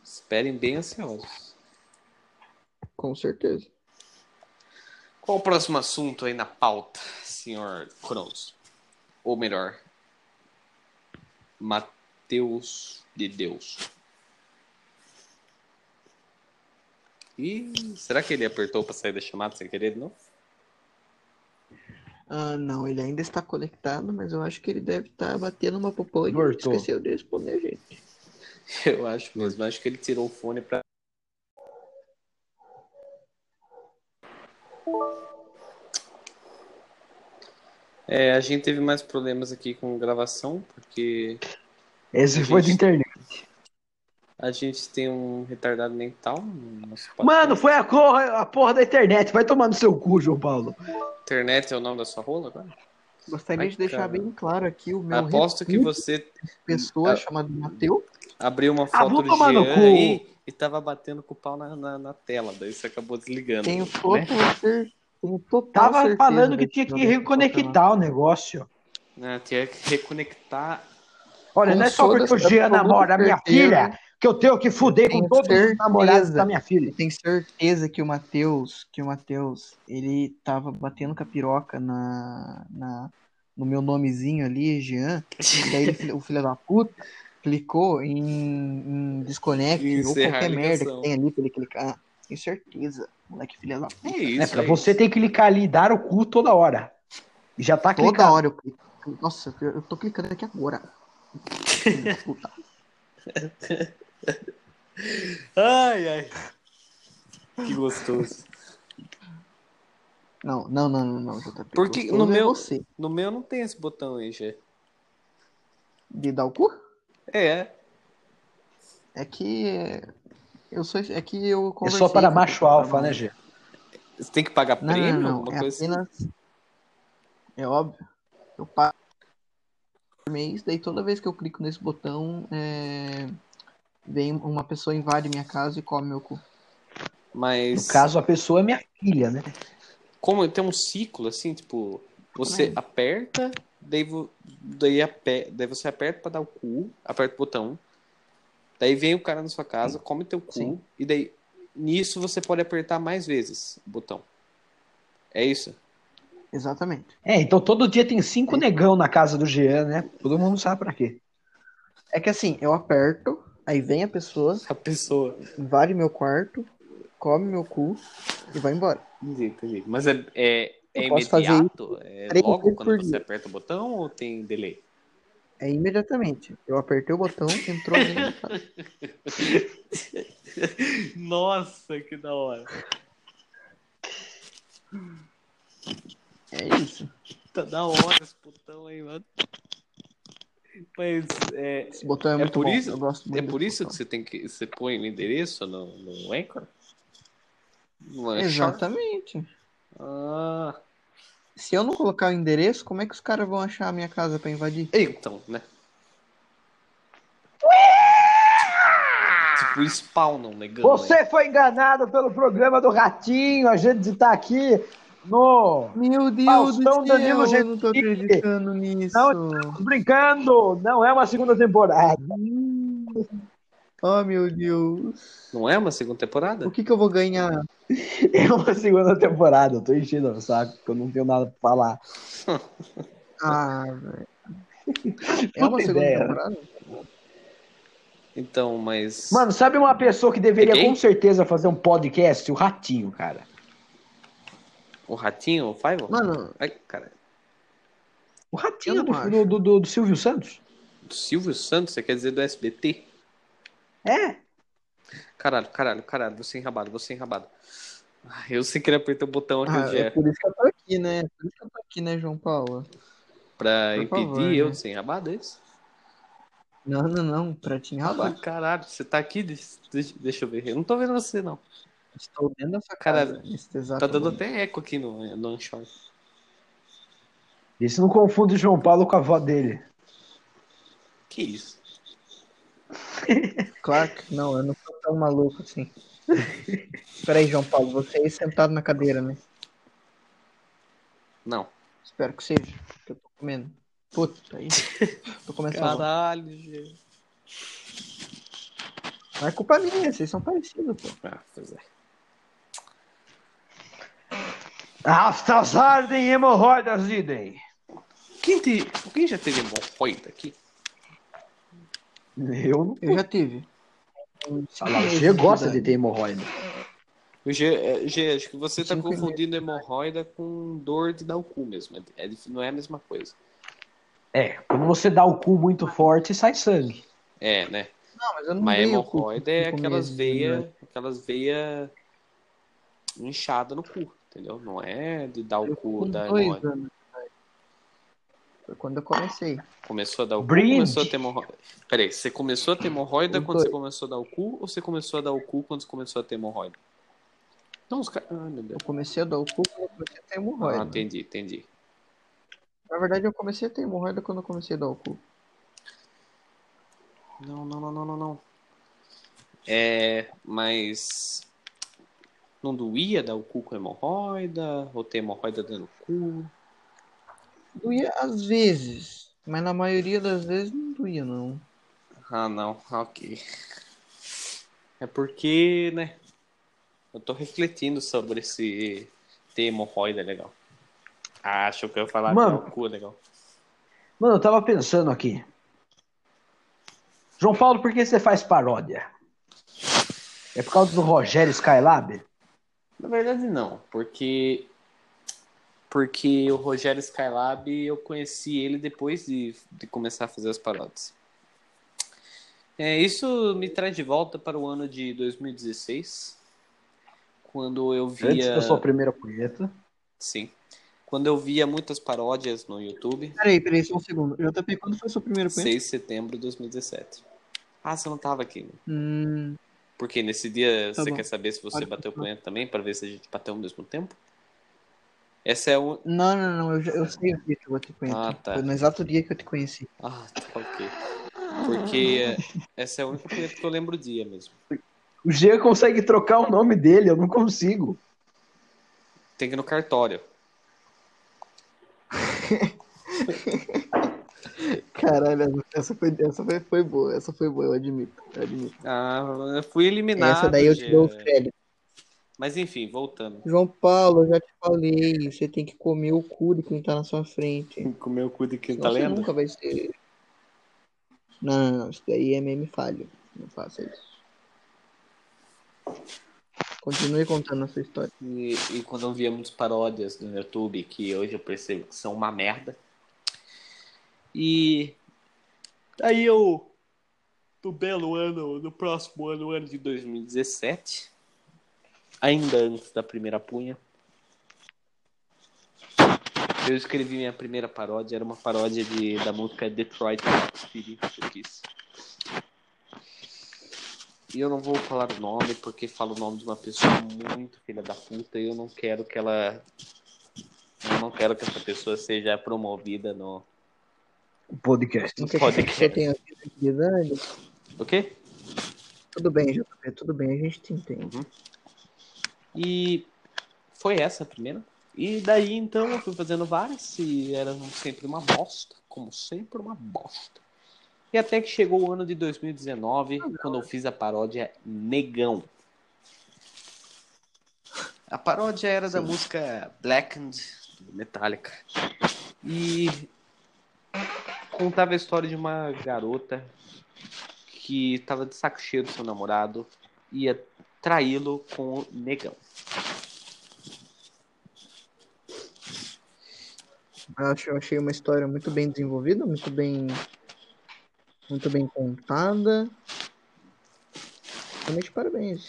Speaker 1: Esperem bem ansiosos.
Speaker 3: com certeza.
Speaker 1: Qual o próximo assunto aí na pauta, senhor Cronos? Ou melhor, Mateus de Deus. Ih, será que ele apertou pra sair da chamada sem querer, não?
Speaker 3: Ah, não, ele ainda está conectado, mas eu acho que ele deve estar batendo uma popô e
Speaker 2: Voltou.
Speaker 3: esqueceu de responder a gente.
Speaker 1: Eu acho mesmo. Acho que ele tirou o fone pra. É, a gente teve mais problemas aqui com gravação, porque
Speaker 2: Esse
Speaker 1: Gente.
Speaker 2: foi de internet.
Speaker 1: a gente tem um retardado mental no nosso
Speaker 2: Mano, foi a porra, a porra da internet. Vai tomar no seu cu, João Paulo.
Speaker 1: Internet é o nome da sua rola agora?
Speaker 3: Gostaria
Speaker 1: Ai,
Speaker 3: de deixar
Speaker 1: cara.
Speaker 3: bem claro aqui o meu
Speaker 1: Aposto que
Speaker 3: repúdio
Speaker 1: você
Speaker 3: de pessoa
Speaker 2: É.
Speaker 1: Ah.
Speaker 3: chamada Mateu.
Speaker 1: abriu uma
Speaker 2: Ah,
Speaker 1: foto
Speaker 2: vou
Speaker 1: do
Speaker 2: tomar no
Speaker 1: Jean
Speaker 2: cu.
Speaker 1: aí e tava batendo com o pau na, na, na tela, daí você acabou desligando.
Speaker 3: Tenho total cer- tenho total
Speaker 2: Né? Tava
Speaker 3: certeza
Speaker 2: falando que
Speaker 3: desse
Speaker 2: tinha que
Speaker 3: nome.
Speaker 2: reconectar o negócio.
Speaker 1: Ah, tinha que reconectar.
Speaker 2: Olha, não é só
Speaker 3: Com
Speaker 2: porque o
Speaker 3: toda
Speaker 2: Jean
Speaker 3: absoluta
Speaker 2: namora a minha
Speaker 3: certeza.
Speaker 2: filha que eu tenho que fuder com
Speaker 3: Tenho
Speaker 2: todos os namorados
Speaker 3: certeza.
Speaker 2: da minha filha.
Speaker 3: Eu tenho certeza que o Matheus, que o Matheus, ele tava batendo com a piroca na, na, no meu nomezinho ali, Jean. E daí ele- o filho da puta clicou em, em
Speaker 1: Em
Speaker 3: desconect ou
Speaker 2: é
Speaker 1: encerrar a
Speaker 3: qualquer merda
Speaker 1: ligação.
Speaker 3: que tem ali pra ele clicar. Ah, Tenho certeza, moleque filho da puta.
Speaker 1: É
Speaker 2: É,
Speaker 1: isso.
Speaker 2: pra
Speaker 1: é
Speaker 2: você
Speaker 1: isso.
Speaker 2: tem que clicar ali, dar o cu toda hora. E já tá
Speaker 3: Toda
Speaker 2: clicando.
Speaker 3: hora eu clico. Nossa, eu eu tô clicando aqui agora. Puta.
Speaker 1: Ai, ai. Que gostoso.
Speaker 3: Não, não, não, não, não, JP.
Speaker 1: Porque
Speaker 3: Gostoso
Speaker 1: no
Speaker 3: é
Speaker 1: meu-
Speaker 3: você.
Speaker 1: No meu não tem esse botão aí, Gê.
Speaker 3: De dar o cu?
Speaker 1: É.
Speaker 3: É que. é, Eu sou. É que eu
Speaker 2: É
Speaker 3: conversei
Speaker 2: só para
Speaker 3: com-
Speaker 2: macho alfa, né, Gê?
Speaker 1: Você tem que pagar
Speaker 3: Não,
Speaker 1: prêmio?
Speaker 3: não, não, não.
Speaker 1: alguma
Speaker 3: É
Speaker 1: coisa assim?
Speaker 3: apenas. É óbvio. Eu pago por mês, daí toda vez que eu clico nesse botão, é, vem uma pessoa invade minha casa e come meu cu.
Speaker 1: assim? Mas
Speaker 2: No caso, a pessoa é minha filha, né?
Speaker 1: como tem um ciclo assim, tipo, você
Speaker 3: Também.
Speaker 1: aperta, daí, vo- daí, ape- daí você aperta pra dar o cu, aperta o botão, daí vem o cara na sua casa, come teu cu,
Speaker 3: Sim.
Speaker 1: e daí nisso você pode apertar mais vezes o botão. É isso?
Speaker 3: Exatamente.
Speaker 2: É, então todo dia tem cinco negão na casa do Jean, né? Todo mundo sabe pra quê.
Speaker 3: É que assim, eu aperto, aí vem a pessoa,
Speaker 1: A pessoa.
Speaker 3: invade meu quarto, come meu cu e vai embora.
Speaker 1: Entendi, entendi. Mas é, é, é
Speaker 3: Eu posso fazer
Speaker 1: imediato? É
Speaker 3: três
Speaker 1: logo
Speaker 3: vezes
Speaker 1: quando
Speaker 3: por
Speaker 1: você
Speaker 3: dia.
Speaker 1: aperta o botão ou tem delay?
Speaker 3: É imediatamente. Eu apertei o botão, entrou alguém na casa.
Speaker 1: Nossa, que da hora.
Speaker 3: É isso.
Speaker 1: Tá da hora esse botão aí, mano. Mas é,
Speaker 3: Esse botão é,
Speaker 1: É
Speaker 3: muito
Speaker 1: por
Speaker 3: bom.
Speaker 1: isso-
Speaker 3: eu gosto
Speaker 1: é
Speaker 3: muito
Speaker 1: por
Speaker 3: desse
Speaker 1: isso que
Speaker 3: botão.
Speaker 1: você tem que. Você põe o endereço no, no Anchor? No Anchor?
Speaker 3: Exatamente.
Speaker 1: é, Ah,
Speaker 3: Se eu não colocar o endereço, como é que os caras vão achar a minha casa pra invadir?
Speaker 1: então, né? Tipo, spawnam, negão. né?
Speaker 2: Você foi enganado pelo programa do Ratinho. A gente tá aqui no.
Speaker 3: Meu Deus
Speaker 2: Faustão,
Speaker 3: do céu,
Speaker 2: Danilo
Speaker 3: eu não tô
Speaker 2: Gentili.
Speaker 3: acreditando nisso.
Speaker 2: Brincando! Não é uma segunda temporada.
Speaker 3: Oh, meu Deus.
Speaker 1: Não é uma segunda temporada?
Speaker 3: O que que eu vou ganhar?
Speaker 2: É uma segunda temporada. Eu tô enchendo o saco, porque eu não tenho nada pra falar.
Speaker 3: Ah, velho. É uma
Speaker 2: Puta
Speaker 3: segunda
Speaker 2: ideia, né?
Speaker 3: temporada?
Speaker 1: Então, mas.
Speaker 2: Mano, sabe uma pessoa que deveria
Speaker 1: É gay?
Speaker 2: com certeza fazer um podcast? O Ratinho, cara.
Speaker 1: O ratinho, o Five?
Speaker 3: Mano,
Speaker 1: Ai, cara.
Speaker 2: O Ratinho
Speaker 3: Eu não acho.
Speaker 2: do, do, do- do Silvio Santos?
Speaker 1: Do Silvio Santos, você quer dizer do SBT?
Speaker 2: É.
Speaker 3: É.
Speaker 1: Caralho, caralho, caralho, você enrabado, você enrabado. Ah, Eu sei que ele apertou o botão aqui,
Speaker 3: Ah,
Speaker 1: o
Speaker 3: é
Speaker 1: Jeff,
Speaker 3: por isso que eu tô aqui, né? Por isso que eu tô aqui, né, João Paulo?
Speaker 1: pra
Speaker 3: por
Speaker 1: impedir
Speaker 3: favor,
Speaker 1: eu
Speaker 3: né?
Speaker 1: de ser enrabado, é isso?
Speaker 3: Não, não, não, pra te
Speaker 1: Ah,
Speaker 3: enrabar.
Speaker 1: caralho, você tá aqui? Deixa, deixa- deixa eu ver. Eu não tô vendo você, não.
Speaker 3: Estou dentro da sua
Speaker 1: Cara,
Speaker 3: casa. nesse exato
Speaker 1: Tá dando
Speaker 3: momento.
Speaker 1: até eco aqui no, no Anchor.
Speaker 6: Isso não confunde o João Paulo com a avó dele.
Speaker 1: Que isso?
Speaker 3: Claro que não, eu não sou tão maluco assim. Peraí, João Paulo, você aí sentado na cadeira, né?
Speaker 1: Não.
Speaker 3: Espero que seja, que eu tô comendo. Puta, aí. Tô começando. a falar.
Speaker 1: Caralho, gente.
Speaker 3: Não é culpa minha, vocês são parecidos, pô.
Speaker 1: Ah, pois é.
Speaker 6: Aftas ardem, hemorroidas idem.
Speaker 1: Quem, te... Quem já teve hemorroida aqui?
Speaker 6: Eu não.
Speaker 3: Eu já tive.
Speaker 6: Olha lá, o G gosta de ter hemorroida.
Speaker 1: O G, é, G, acho que você tá
Speaker 3: Sim, foi
Speaker 1: confundindo hemorroida com dor de dar o cu mesmo. É- é dif- não é a mesma coisa.
Speaker 6: É, quando você dá o cu muito forte, sai sangue.
Speaker 1: É, né?
Speaker 3: Não, mas eu não
Speaker 1: Mas
Speaker 3: dei o cu
Speaker 1: hemorroida é
Speaker 3: no começo,
Speaker 1: aquelas veias.
Speaker 3: né?
Speaker 1: Aquelas veias inchadas no cu, entendeu? Não é de dar o
Speaker 3: Eu
Speaker 1: cu
Speaker 3: com
Speaker 1: da
Speaker 3: dois
Speaker 1: hemorroida.
Speaker 3: anos. cara. Foi quando eu comecei.
Speaker 1: Começou a dar o cu,
Speaker 6: Brinde.
Speaker 1: começou a ter hemorroida. Peraí, você começou a ter hemorroida
Speaker 3: Os
Speaker 1: quando você
Speaker 3: dois.
Speaker 1: começou a dar o cu ou você começou a dar o cu quando você começou a ter hemorroida? Não, os caras. Ah, meu Deus.
Speaker 3: Eu comecei a dar o cu quando eu comecei a ter hemorroida.
Speaker 1: Ah, entendi, entendi.
Speaker 3: Na verdade, eu comecei a ter hemorroida quando eu comecei a dar o cu.
Speaker 1: Não, não, não, não, não, não. É, mas não doía dar o cu com hemorroida, ou ter hemorroida dando o cu.
Speaker 3: Doía às vezes, mas na maioria das vezes não doía, não.
Speaker 1: Ah, não, ah, ok. É porque, né? Eu tô refletindo sobre se ter hemorroida é legal. Ah, acho que eu ia falar
Speaker 6: Mano.
Speaker 1: dar o cu é legal.
Speaker 6: Mano, eu tava pensando aqui. João Paulo, por que você faz paródia? É por causa do Rogério Skylab?
Speaker 1: Na verdade, não, porque porque o Rogério Skylab eu conheci ele depois de, de começar a fazer as paródias. É, isso me traz de volta para o ano de 2016, quando eu via.
Speaker 6: Antes da sua primeira punheta.
Speaker 1: Sim. Quando eu via muitas paródias no YouTube,
Speaker 3: Peraí, peraí, só um segundo. JP, quando foi seu primeiro punheta?
Speaker 1: 6 de setembro de 2017. Ah, você não estava aqui, né?
Speaker 3: Hum,
Speaker 1: Porque nesse dia
Speaker 3: Tá
Speaker 1: você
Speaker 3: bom.
Speaker 1: quer saber se você
Speaker 3: Pode
Speaker 1: bateu
Speaker 3: continuar.
Speaker 1: punheta também, para ver se a gente bateu ao mesmo tempo? Essa é o,
Speaker 3: não, não, não, eu, já- eu sei o dia que eu vou te conhecer.
Speaker 1: Ah, tá.
Speaker 3: tipo, Foi no exato dia que eu te conheci.
Speaker 1: Ah, tá ok. Porque é, essa é a única punheta que eu lembro o dia mesmo.
Speaker 6: O G consegue trocar o nome dele, eu não consigo.
Speaker 1: Tem que ir no cartório.
Speaker 3: Caralho, essa foi, essa foi, foi boa, essa foi boa, eu admito, eu admito.
Speaker 1: Ah, eu fui eliminado.
Speaker 3: essa daí eu te
Speaker 1: gente.
Speaker 3: dou o crédito.
Speaker 1: Mas enfim, voltando.
Speaker 3: João Paulo, eu já te falei, você tem que comer o cu de quem tá na sua frente.
Speaker 1: Com o meu cu de quem
Speaker 3: Senão você nunca vai ser. Não, não, não. Isso daí é meme falho. Não faça isso. Continue contando a sua história.
Speaker 1: E, e quando eu via muitas paródias no YouTube, que hoje eu percebo que são uma merda. E aí eu, no belo ano, no próximo ano, ano de 2017, ainda antes da primeira punha, eu escrevi minha primeira paródia, era uma paródia de, da música Detroit City, que eu fiz. E eu não vou falar o nome, porque fala o nome de uma pessoa muito filha da puta e eu não quero que ela. Eu não quero que essa pessoa seja promovida no.
Speaker 6: O podcast.
Speaker 3: Não quer
Speaker 1: Pode
Speaker 3: que você tenha visibilidade?
Speaker 1: O quê?
Speaker 3: Tudo bem, JP, tudo bem, a gente te entende.
Speaker 1: E foi essa a primeira. E daí então eu fui fazendo várias e era sempre uma bosta, como sempre uma bosta. E até que chegou o ano de 2019, quando eu fiz a paródia Negão. A paródia era da música Blackened, do Metallica. E contava a história de uma garota que estava de saco cheio do seu namorado, ia traí-lo com o negão.
Speaker 3: Eu acho- eu achei uma história muito bem desenvolvida, muito bem. Muito bem contada. Realmente parabéns.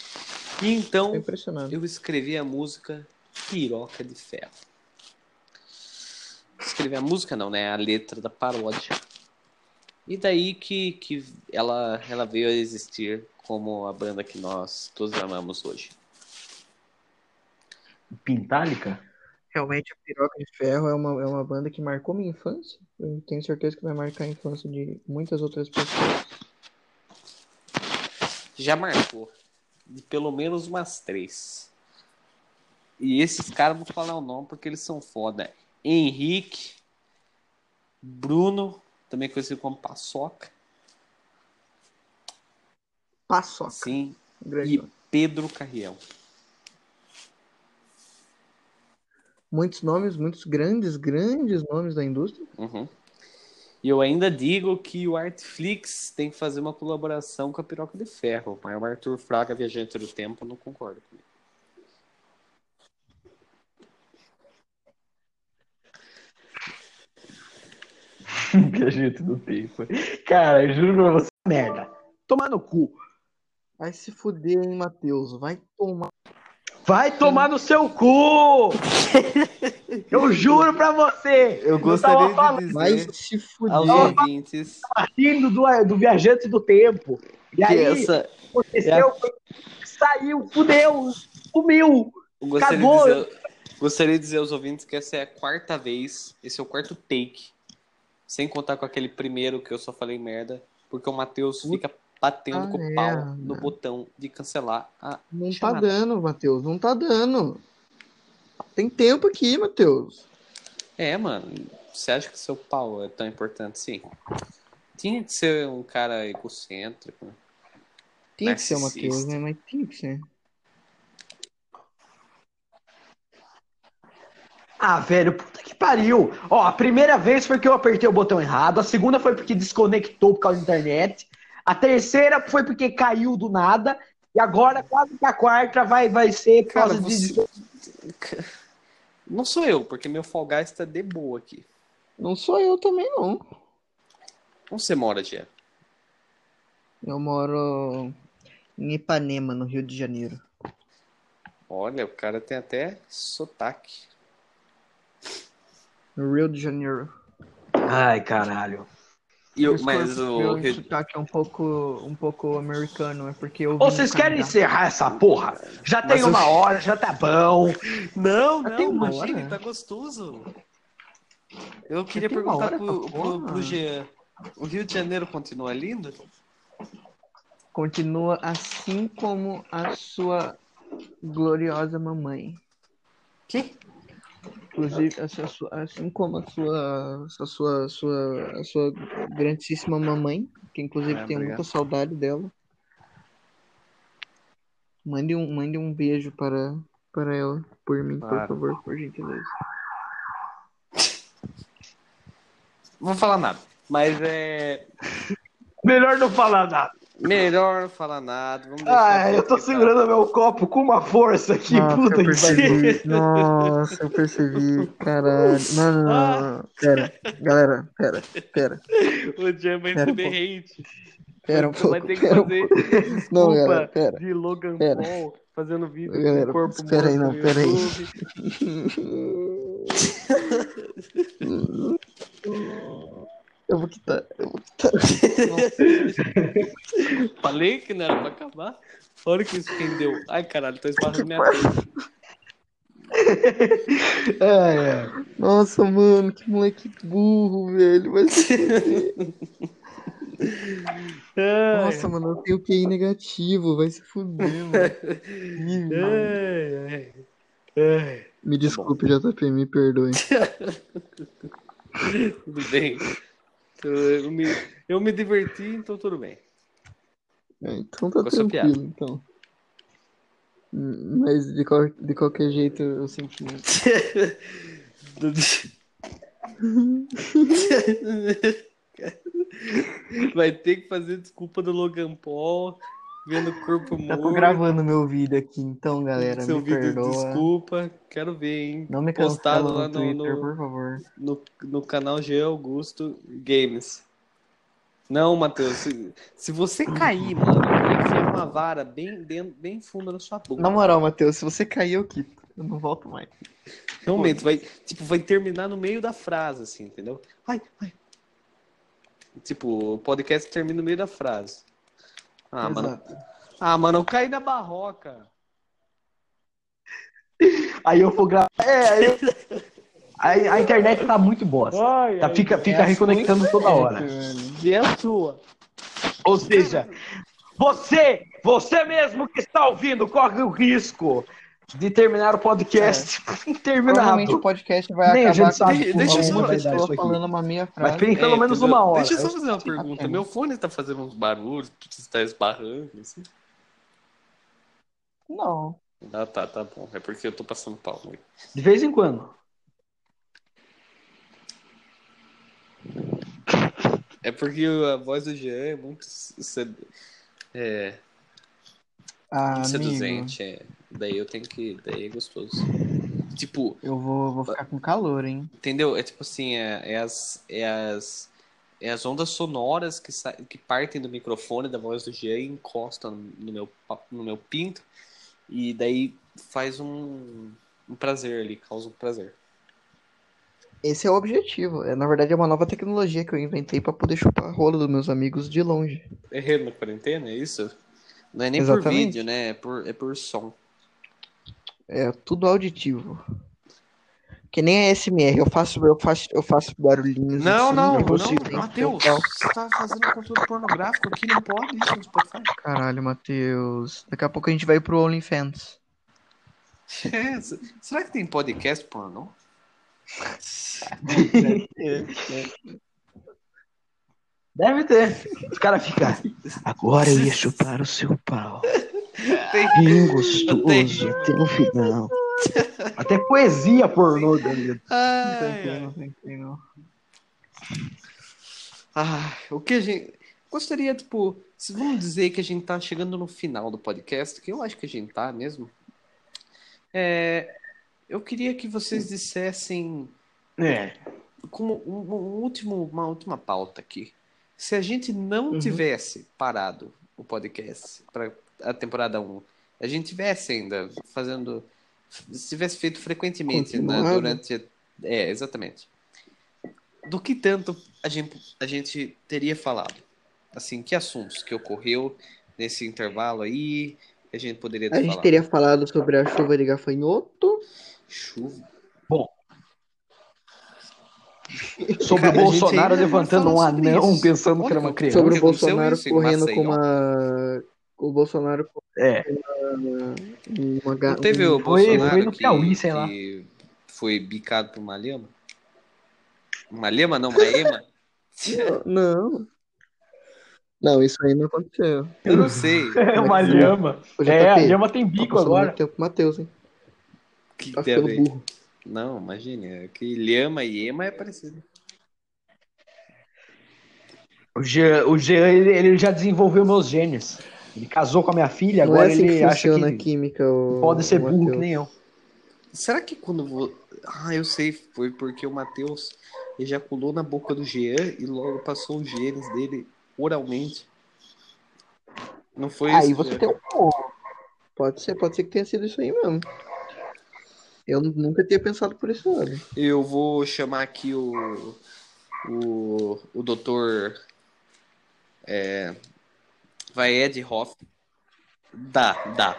Speaker 1: E então
Speaker 3: É impressionante.
Speaker 1: eu escrevi a música Piroca de Ferro. Escrevi a música não, né? A letra da paródia. E daí que, que ela, ela veio a existir como a banda que nós todos amamos hoje.
Speaker 2: Pintálica?
Speaker 3: Realmente, a Piroca de Ferro é uma, é uma banda que marcou minha infância. Eu tenho certeza que vai marcar a infância de muitas outras pessoas.
Speaker 1: já marcou de pelo menos umas três. E esses caras vou falar o nome porque eles são foda. Henrique, Bruno, também conhecido como Paçoca,
Speaker 3: Paçoca.
Speaker 1: sim,
Speaker 3: grande
Speaker 1: e
Speaker 3: nome.
Speaker 1: Pedro Carriel.
Speaker 3: Muitos nomes, muitos grandes, grandes nomes da indústria.
Speaker 1: Uhum. E eu ainda digo que o Artflix tem que fazer uma colaboração com a Piroca de Ferro, mas o Arthur Fraga, Viajante do Tempo, não concorda comigo.
Speaker 2: Viajante do tempo. Cara, eu juro pra você. Merda. Tomar no cu.
Speaker 3: Vai se fuder, hein, Matheus? Vai tomar.
Speaker 2: Vai tomar no seu cu! Eu juro pra você!
Speaker 1: Eu
Speaker 2: gostaria de
Speaker 3: Vai
Speaker 1: é.
Speaker 3: se fuder.
Speaker 1: aos ouvintes
Speaker 2: Partindo do, do viajante do tempo. E
Speaker 1: que
Speaker 2: aí,
Speaker 1: essa, É.
Speaker 2: aconteceu, saiu, fudeu, sumiu.
Speaker 1: Eu Gostaria,
Speaker 2: Acabou.
Speaker 1: de dizer, gostaria de dizer aos ouvintes que essa é a quarta vez, esse é o quarto take, sem contar com aquele primeiro que eu só falei merda, porque o Matheus fica batendo com o pau
Speaker 3: merda.
Speaker 1: no botão de cancelar a
Speaker 3: Não tá
Speaker 1: chamada.
Speaker 3: dando, Matheus. Não tá dando. Tem tempo aqui, Matheus.
Speaker 1: É, mano, você acha que seu pau é tão importante assim? Tinha que ser um cara egocêntrico. né?
Speaker 3: Tem que ser o
Speaker 1: Narcisista.
Speaker 3: Matheus, né? Mas tem que ser.
Speaker 2: Ah, velho, puta que pariu. Ó, a primeira vez foi que eu apertei o botão errado, a segunda foi porque desconectou por causa da internet, a terceira foi porque caiu do nada, e agora quase que a quarta vai, vai ser por
Speaker 1: Cara,
Speaker 2: causa de...
Speaker 1: você... Não sou eu, porque meu Fall Guys tá de boa aqui.
Speaker 3: Não sou eu também, não.
Speaker 1: Onde você mora, Diego?
Speaker 3: Eu moro em Ipanema, no Rio de Janeiro.
Speaker 1: Olha, o cara tem até sotaque.
Speaker 3: No Rio de Janeiro.
Speaker 2: Ai, caralho.
Speaker 1: E eu-
Speaker 3: Por isso
Speaker 1: mas
Speaker 3: que eu-
Speaker 1: o
Speaker 3: Meu
Speaker 1: Rio-
Speaker 3: sotaque é um pouco, um pouco americano, é porque eu. vim
Speaker 2: Ou
Speaker 3: do
Speaker 2: vocês querem
Speaker 3: Canadá.
Speaker 2: encerrar essa porra? Já tem
Speaker 1: Mas eu-
Speaker 2: uma hora, já tá bom.
Speaker 1: Não,
Speaker 2: Já tem
Speaker 1: não,
Speaker 2: uma
Speaker 1: imagine,
Speaker 3: hora?
Speaker 1: tá gostoso. Eu queria
Speaker 3: tem uma
Speaker 1: perguntar
Speaker 3: hora
Speaker 1: pro,
Speaker 3: pra
Speaker 1: pro,
Speaker 3: porra?
Speaker 1: pro Jean. O Rio de Janeiro continua lindo?
Speaker 3: Continua assim como a sua gloriosa mamãe.
Speaker 1: Que?
Speaker 3: Inclusive, essa sua- assim como a sua, essa sua, sua, a sua grandíssima mamãe, que inclusive
Speaker 1: Ah,
Speaker 3: tenho
Speaker 1: obrigado.
Speaker 3: muita saudade dela. Mande um, mande um beijo para, para ela, por mim,
Speaker 1: Claro.
Speaker 3: por favor, por gentileza.
Speaker 1: Não vou falar nada. Mas é
Speaker 2: Melhor não falar nada.
Speaker 1: melhor não falar nada. Vamos deixar
Speaker 6: Ah,
Speaker 2: Ai, eu tô
Speaker 1: aqui, tá?
Speaker 2: segurando meu copo com uma força aqui,
Speaker 3: Ah,
Speaker 2: puta que pariu.
Speaker 3: Nossa, eu percebi. Caralho. Não, não, não, não, não. Pera, galera, pera, pera.
Speaker 1: O Jean vai
Speaker 3: Pera um
Speaker 1: receber hate.
Speaker 3: Pera um
Speaker 1: Você vai
Speaker 3: pouco.
Speaker 1: ter que
Speaker 3: Pera um pouco.
Speaker 1: fazer
Speaker 3: Não,
Speaker 1: desculpa
Speaker 3: galera, pera.
Speaker 1: de Logan
Speaker 3: Pera.
Speaker 1: Paul fazendo vídeo
Speaker 3: Galera,
Speaker 1: com o corpo
Speaker 3: pera aí,
Speaker 1: morto
Speaker 3: não,
Speaker 1: no
Speaker 3: pera aí.
Speaker 1: YouTube.
Speaker 3: Eu vou quitar. Eu vou quitar.
Speaker 1: Falei que não era pra acabar. Olha que isso rendeu. Ai, caralho, tô esbarrando minha
Speaker 6: É,
Speaker 2: Ai, ai.
Speaker 3: Nossa, mano, que moleque burro, velho. Mas,
Speaker 1: Ai,
Speaker 3: nossa, mano, eu tenho QI negativo, vai se fuder, mano. Ih,
Speaker 1: É.
Speaker 3: mano.
Speaker 1: ai, ai. Ai.
Speaker 3: Me desculpe, JP, me perdoe.
Speaker 1: Tudo bem. Eu me, eu me diverti, então tudo bem.
Speaker 3: É, Então tá
Speaker 1: Com a sua
Speaker 3: tranquilo, então. Hum, Mas de, qual- de qualquer jeito eu senti.
Speaker 1: Vai ter que fazer desculpa do Logan Paul, vendo o corpo
Speaker 3: Eu
Speaker 1: morto.
Speaker 3: tô gravando meu vídeo aqui, então, galera,
Speaker 1: seu
Speaker 3: me
Speaker 1: vídeo,
Speaker 3: perdoa.
Speaker 1: desculpa. Quero ver, hein?
Speaker 3: Não me
Speaker 1: Postado
Speaker 3: cancela
Speaker 1: lá
Speaker 3: no
Speaker 1: no-
Speaker 3: Twitter,
Speaker 1: no-
Speaker 3: por favor.
Speaker 1: No, no canal G Augusto Games. Não, Matheus, se, se você cair, mano, eu vou enfiar uma vara bem, dentro, bem funda na sua bunda.
Speaker 3: Na moral, Matheus, se você cair, eu quito. Eu não volto mais.
Speaker 1: Realmente, vai, tipo, vai terminar no meio da frase, assim, entendeu? Ai, ai. Tipo, o podcast termina no meio da frase. Ah, mano.
Speaker 3: Exato.
Speaker 1: Ah, mano, eu caí da barroca.
Speaker 6: Aí eu vou gravar. É, aí eu- aí a internet tá muito bosta.
Speaker 1: Ai,
Speaker 6: Tá, fica
Speaker 1: é
Speaker 6: fica reconectando toda hora.
Speaker 1: E a sua?
Speaker 6: Ou seja, você, você mesmo que está ouvindo, corre o risco de terminar o podcast
Speaker 1: É.
Speaker 3: Provavelmente o
Speaker 6: interminável.
Speaker 3: podcast vai
Speaker 6: Nem a
Speaker 3: acabar
Speaker 6: gente sabe é
Speaker 3: com
Speaker 1: Deixa eu
Speaker 3: alguma
Speaker 1: só-
Speaker 3: pessoa
Speaker 6: isso aqui.
Speaker 3: falando uma meia
Speaker 6: Mas
Speaker 3: frase.
Speaker 6: tem pelo
Speaker 1: É,
Speaker 6: menos
Speaker 1: entendeu?
Speaker 6: uma hora.
Speaker 1: Deixa eu só fazer uma pergunta.
Speaker 3: apenas.
Speaker 1: Meu fone tá fazendo uns barulhos, tá esbarrando, assim.
Speaker 3: Não.
Speaker 1: Ah, tá, tá bom. É porque eu tô passando pau. né?
Speaker 6: De vez em quando.
Speaker 1: É porque a voz do Jean é muito sed... é,
Speaker 3: Ah,
Speaker 1: muito
Speaker 3: amigo,
Speaker 1: seduzente. É. Daí eu tenho que. Daí é gostoso. Tipo,
Speaker 3: eu vou, vou ficar com calor, hein?
Speaker 1: entendeu? É tipo assim, é, é as. É as... É as ondas sonoras que, sa- que partem do microfone da voz do Jean e encostam no meu, pa- no meu pinto. E daí faz um, um prazer ali, causa um prazer.
Speaker 3: Esse é o objetivo. É, na verdade, é uma nova tecnologia que eu inventei pra poder chupar a rola dos meus amigos de longe.
Speaker 1: Errei na quarentena, é isso? Não é nem por
Speaker 3: Exatamente.
Speaker 1: vídeo, né? É por, é por som.
Speaker 3: É tudo auditivo. Que nem a SMR, eu faço, eu faço, eu faço barulhinhos.
Speaker 1: Não,
Speaker 3: assim,
Speaker 1: não, não,
Speaker 3: impossível, hein?
Speaker 1: Matheus,
Speaker 3: Então,
Speaker 1: você tá fazendo conteúdo pornográfico aqui, não pode isso no Spotify.
Speaker 3: Caralho, Matheus. Daqui a pouco a gente vai pro OnlyFans.
Speaker 1: É, se- será que tem podcast pornô?
Speaker 6: Deve ter. Os caras ficam.
Speaker 7: Agora eu ia chupar o seu pau.
Speaker 1: Tem.
Speaker 7: Bem gostoso até o final.
Speaker 6: Até poesia pornô, Danilo.
Speaker 1: É,
Speaker 3: não tem que não.
Speaker 1: Ah, o que a gente... Gostaria, tipo, se vamos dizer que a gente tá chegando no final do podcast, que eu acho que a gente tá mesmo. É, eu queria que vocês dissessem
Speaker 6: É.
Speaker 1: como um, um último, uma última pauta aqui. Se a gente
Speaker 3: Uhum.
Speaker 1: não tivesse parado o podcast para a temporada 1, a gente tivesse ainda fazendo. Se tivesse feito frequentemente né,
Speaker 3: Continuado.
Speaker 1: durante. a- É, exatamente. Do que tanto a gente, a gente teria falado? Assim, que assuntos que ocorreu nesse intervalo aí que a gente poderia ter
Speaker 3: A gente
Speaker 1: falado?
Speaker 3: teria falado sobre a chuva de gafanhoto.
Speaker 1: Chuva.
Speaker 6: Sobre
Speaker 1: Cara,
Speaker 6: o
Speaker 1: a gente
Speaker 6: Bolsonaro
Speaker 1: ainda não
Speaker 6: levantando
Speaker 1: falou
Speaker 6: um
Speaker 1: sobre
Speaker 6: anão
Speaker 1: isso.
Speaker 6: pensando que
Speaker 1: Olha
Speaker 6: era uma
Speaker 1: como-
Speaker 6: criança.
Speaker 3: Sobre
Speaker 1: que
Speaker 3: o
Speaker 1: aconteceu
Speaker 3: Bolsonaro
Speaker 1: isso em
Speaker 3: correndo
Speaker 1: Maceió.
Speaker 3: com uma. O Bolsonaro com
Speaker 6: É.
Speaker 3: uma. ga-
Speaker 1: Não teve
Speaker 3: um-
Speaker 1: o
Speaker 6: Foi- foi
Speaker 1: Bolsonaro
Speaker 6: no
Speaker 1: que,
Speaker 6: Piauí, sei lá.
Speaker 1: que foi bicado por uma lema? Uma lema não, uma ema?
Speaker 3: Não. Não, isso aí não aconteceu.
Speaker 1: Eu não sei.
Speaker 3: Tá
Speaker 6: É uma
Speaker 3: Mas-
Speaker 6: lhama.
Speaker 3: Ô, JP,
Speaker 6: É, a
Speaker 3: tá
Speaker 6: lhama tem bico
Speaker 3: passando
Speaker 6: agora.
Speaker 3: muito tempo com o Matheus, hein?
Speaker 1: Que
Speaker 3: Tá
Speaker 1: tem a
Speaker 3: ficando
Speaker 1: ver.
Speaker 3: burro.
Speaker 1: Não, imagine. é Que lema e ema é parecido.
Speaker 6: O Jean, o Jean, ele, ele já desenvolveu meus gênios. Ele casou com a minha filha,
Speaker 3: Não
Speaker 6: agora
Speaker 3: é assim
Speaker 6: ele
Speaker 3: que
Speaker 6: acha
Speaker 3: funciona
Speaker 6: que
Speaker 3: a química. O...
Speaker 6: pode ser burro
Speaker 3: Matheus.
Speaker 6: que nem eu.
Speaker 1: Será que quando vou. Ah, eu sei, foi porque o Matheus ejaculou na boca do Jean e logo passou os genes dele oralmente. Não foi
Speaker 3: Aí
Speaker 1: isso? é.
Speaker 3: você
Speaker 1: Jean?
Speaker 3: tem um ponto. Pode ser, pode ser que tenha sido isso aí mesmo. Eu nu- nunca tinha pensado por esse lado.
Speaker 1: Eu vou chamar aqui o. O, o doutor. É, Vaed Hoff. Dá, dá.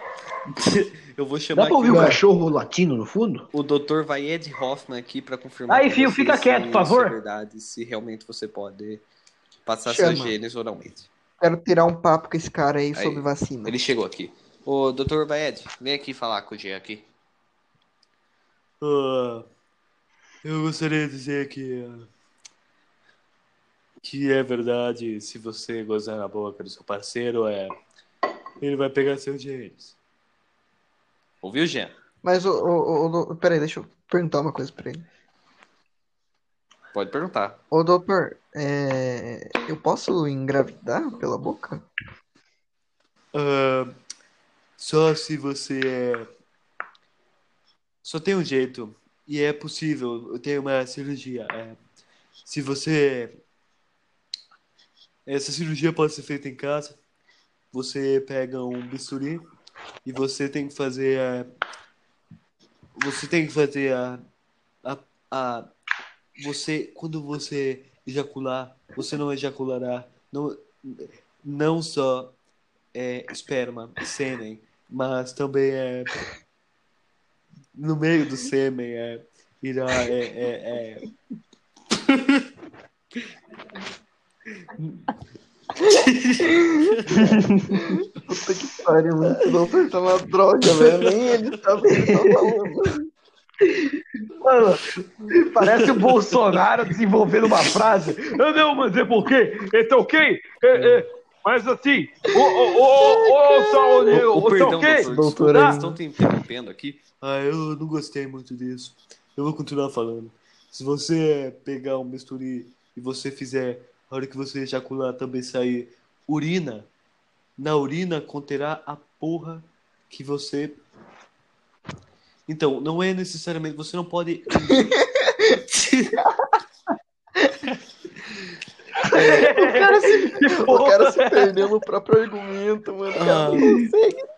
Speaker 1: Eu vou chamar
Speaker 6: Dá pra
Speaker 1: aqui
Speaker 6: ouvir o
Speaker 1: o,
Speaker 6: cachorro latindo no fundo?
Speaker 1: o doutor Vaed Hoffman aqui para confirmar.
Speaker 6: Aí,
Speaker 1: pra
Speaker 6: filho,
Speaker 1: vocês
Speaker 6: fica
Speaker 1: se
Speaker 6: quieto, por
Speaker 1: isso
Speaker 6: favor.
Speaker 1: É verdade, se realmente você pode passar
Speaker 3: Chama.
Speaker 1: seus genes oralmente.
Speaker 3: Quero tirar um papo com esse cara aí, sobre
Speaker 1: Aí.
Speaker 3: vacina.
Speaker 1: Ele chegou aqui. Ô, doutor Vaed, vem aqui falar com o Jean aqui.
Speaker 8: Ah, Eu gostaria de dizer que. ah, Que é verdade, se você gozar na boca do seu parceiro, é. Ele vai pegar seus genes.
Speaker 1: Ouviu, Jean?
Speaker 3: Mas o, o, peraí, deixa eu perguntar uma coisa pra ele.
Speaker 1: Pode perguntar.
Speaker 3: Ô doutor, é, eu posso engravidar pela boca?
Speaker 8: Ah, só se você é. Só tem um jeito. E é possível. Eu tenho uma cirurgia. é, se você Essa cirurgia pode ser feita em casa. Você pega um bisturi e você tem que fazer a. Você tem que fazer a. a, a você, quando você ejacular, você não ejaculará. Não, não só é, esperma, sêmen, mas também é. No meio do sêmen é. Irá, é, é, é...
Speaker 3: Puta que pariu, mano. Esse doutor tá uma droga, velho. Nem ele sabe o que ele tá falando.
Speaker 6: Mano, parece o Bolsonaro desenvolvendo uma frase. Eu não, mas é porque. É tá ok? É, é, mas assim. Ô, ô, ô, ô, Saúde,
Speaker 8: O,
Speaker 6: ô, tá
Speaker 8: perdão,
Speaker 6: ok?
Speaker 8: doutor,
Speaker 3: Doutor,
Speaker 8: doutor,
Speaker 3: aí.
Speaker 8: eles estão te interrompendo aqui. Ah, eu não gostei muito disso. Eu vou continuar falando. Se você pegar um bisturi e você fizer, a hora que você ejacular também sair urina, na urina conterá a porra que você. Então, não é necessariamente. Você não pode.
Speaker 3: O cara se, o cara se perdeu no próprio argumento, mano. O
Speaker 8: ah,
Speaker 3: cara não consegue.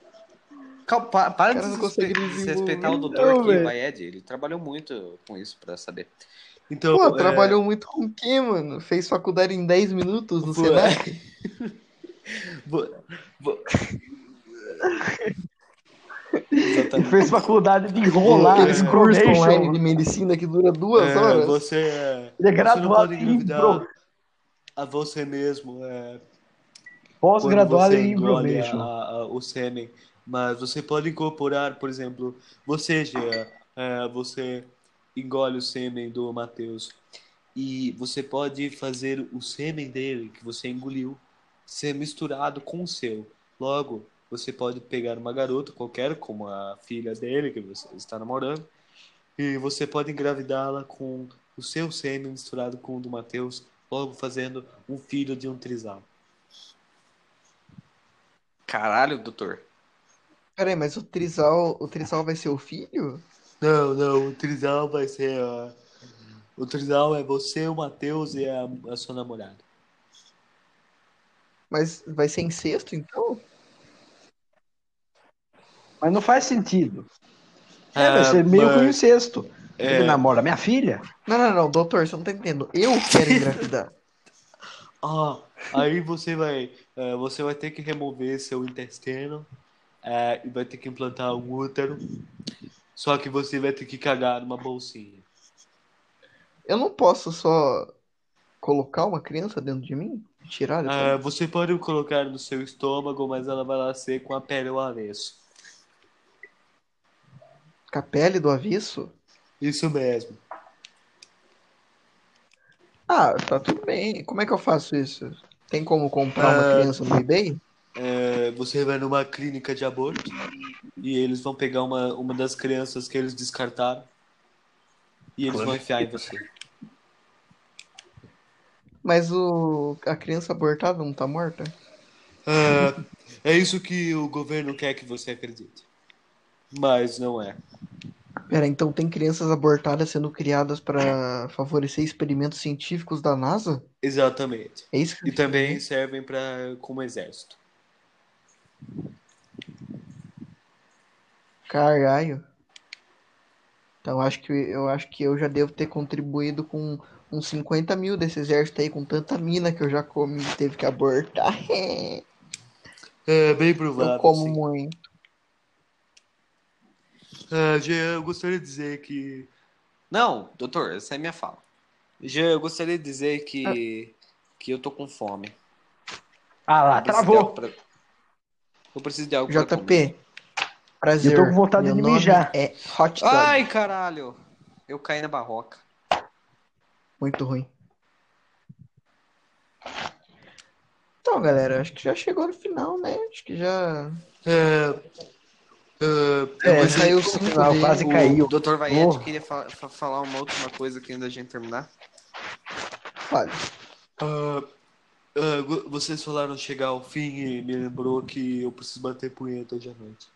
Speaker 1: Calma, pa- para
Speaker 3: O cara
Speaker 1: de
Speaker 3: não consegue
Speaker 1: desrespe- respeitar o
Speaker 3: desenvolver,
Speaker 1: doutor
Speaker 3: não,
Speaker 1: aqui,
Speaker 3: velho.
Speaker 1: o Ed. Ele trabalhou muito com isso pra saber. Então,
Speaker 3: Pô,
Speaker 8: é,
Speaker 3: trabalhou muito com o quê, mano? Fez faculdade em 10 minutos no
Speaker 1: Pô,
Speaker 3: Senac?
Speaker 8: vo- vo-
Speaker 6: Ele fez faculdade de enrolar.
Speaker 3: Aqueles
Speaker 2: né?
Speaker 6: é,
Speaker 3: cursos
Speaker 6: probation.
Speaker 3: online de medicina que dura duas
Speaker 8: é,
Speaker 3: horas?
Speaker 8: você é.
Speaker 6: Ele é
Speaker 8: Você não
Speaker 6: graduado
Speaker 8: pode
Speaker 6: em
Speaker 8: engravidar a você mesmo. É,
Speaker 6: pós-graduado
Speaker 8: quando você
Speaker 6: em
Speaker 8: engole a-
Speaker 6: information.
Speaker 8: a- a- o sêmen. Mas você pode incorporar, por exemplo, você, Jean, é, você engole o sêmen do Matheus. E você pode fazer o sêmen dele, que você engoliu, ser misturado com o seu. Logo, você pode pegar uma garota qualquer, como a filha dele, que você está namorando, e você pode engravidá-la com o seu sêmen misturado com o do Matheus, logo fazendo um filho de um trisal.
Speaker 1: Caralho, doutor.
Speaker 3: Peraí, mas o Trisal, o Trisal vai ser o filho?
Speaker 8: Não, não, o trisal vai ser. ah, O trisal é você, o Matheus e a, a sua namorada.
Speaker 3: Mas vai ser incesto, então?
Speaker 6: Mas não faz sentido. É,
Speaker 8: Ah,
Speaker 6: vai ser meio
Speaker 8: mas-
Speaker 6: que um incesto.
Speaker 8: É.
Speaker 6: Ele namora minha filha?
Speaker 3: Não, não, não, doutor, você não tá entendendo. Eu quero engravidar.
Speaker 8: Ah, aí você vai, eh, você vai ter que remover seu intestino, eh, e vai ter que implantar um útero. Só que você vai ter que cagar numa bolsinha.
Speaker 3: Eu não posso só colocar uma criança dentro de mim? Tirar
Speaker 8: Ah,
Speaker 3: depois?
Speaker 8: você pode colocar no seu estômago, mas ela vai nascer com a pele ao avesso.
Speaker 3: Com a pele do avesso?
Speaker 8: Isso mesmo.
Speaker 3: Ah, tá tudo bem. Como é que eu faço isso? Tem como comprar
Speaker 8: É.
Speaker 3: uma criança no eBay?
Speaker 8: Eh, você vai numa clínica de aborto e eles vão pegar uma, uma das crianças que eles descartaram e eles vão enfiar em você.
Speaker 3: Mas o... a criança abortada não tá morta?
Speaker 8: Ah, é isso que o governo quer que você acredite. Mas não é.
Speaker 3: Pera, então tem crianças abortadas sendo criadas pra favorecer experimentos científicos da NASA?
Speaker 8: Exatamente.
Speaker 3: É isso que
Speaker 8: E também servem pra, como exército.
Speaker 3: Caralho. Então acho que eu acho que eu já devo ter contribuído com uns 50 mil desse exército aí, com tanta mina que eu já comi e teve que abortar.
Speaker 8: É bem
Speaker 3: Eu
Speaker 8: provável.
Speaker 3: como
Speaker 8: sim.
Speaker 3: muito.
Speaker 8: Ah, Jean, eu gostaria de dizer que.
Speaker 1: Não, doutor, essa é minha fala. Jean, eu gostaria de dizer que,
Speaker 3: Ah.
Speaker 1: que eu tô com fome.
Speaker 6: Ah lá,
Speaker 1: Eu preciso de
Speaker 6: travou.
Speaker 1: algo pra- Eu preciso de algo pra comer.
Speaker 3: JP, prazer.
Speaker 6: Eu tô com vontade
Speaker 3: Meu
Speaker 6: de
Speaker 3: nome
Speaker 6: mijar.
Speaker 3: É Hot Dog.
Speaker 1: Ai, caralho. Eu caí na barroca.
Speaker 3: Muito ruim. Então, galera, acho que já chegou no final, né? Acho que já.
Speaker 8: Ah, ah,
Speaker 6: É,
Speaker 3: Mas saiu
Speaker 6: gente,
Speaker 3: cinco
Speaker 6: não,
Speaker 3: dele.
Speaker 6: quase
Speaker 1: O
Speaker 6: caiu.
Speaker 1: doutor Vaiete
Speaker 6: Porra.
Speaker 1: queria fa- fa- falar uma última coisa aqui antes da gente terminar.
Speaker 3: Fale.
Speaker 8: ah, ah, go- vocês falaram chegar ao fim e me lembrou que eu preciso bater punheta hoje à noite.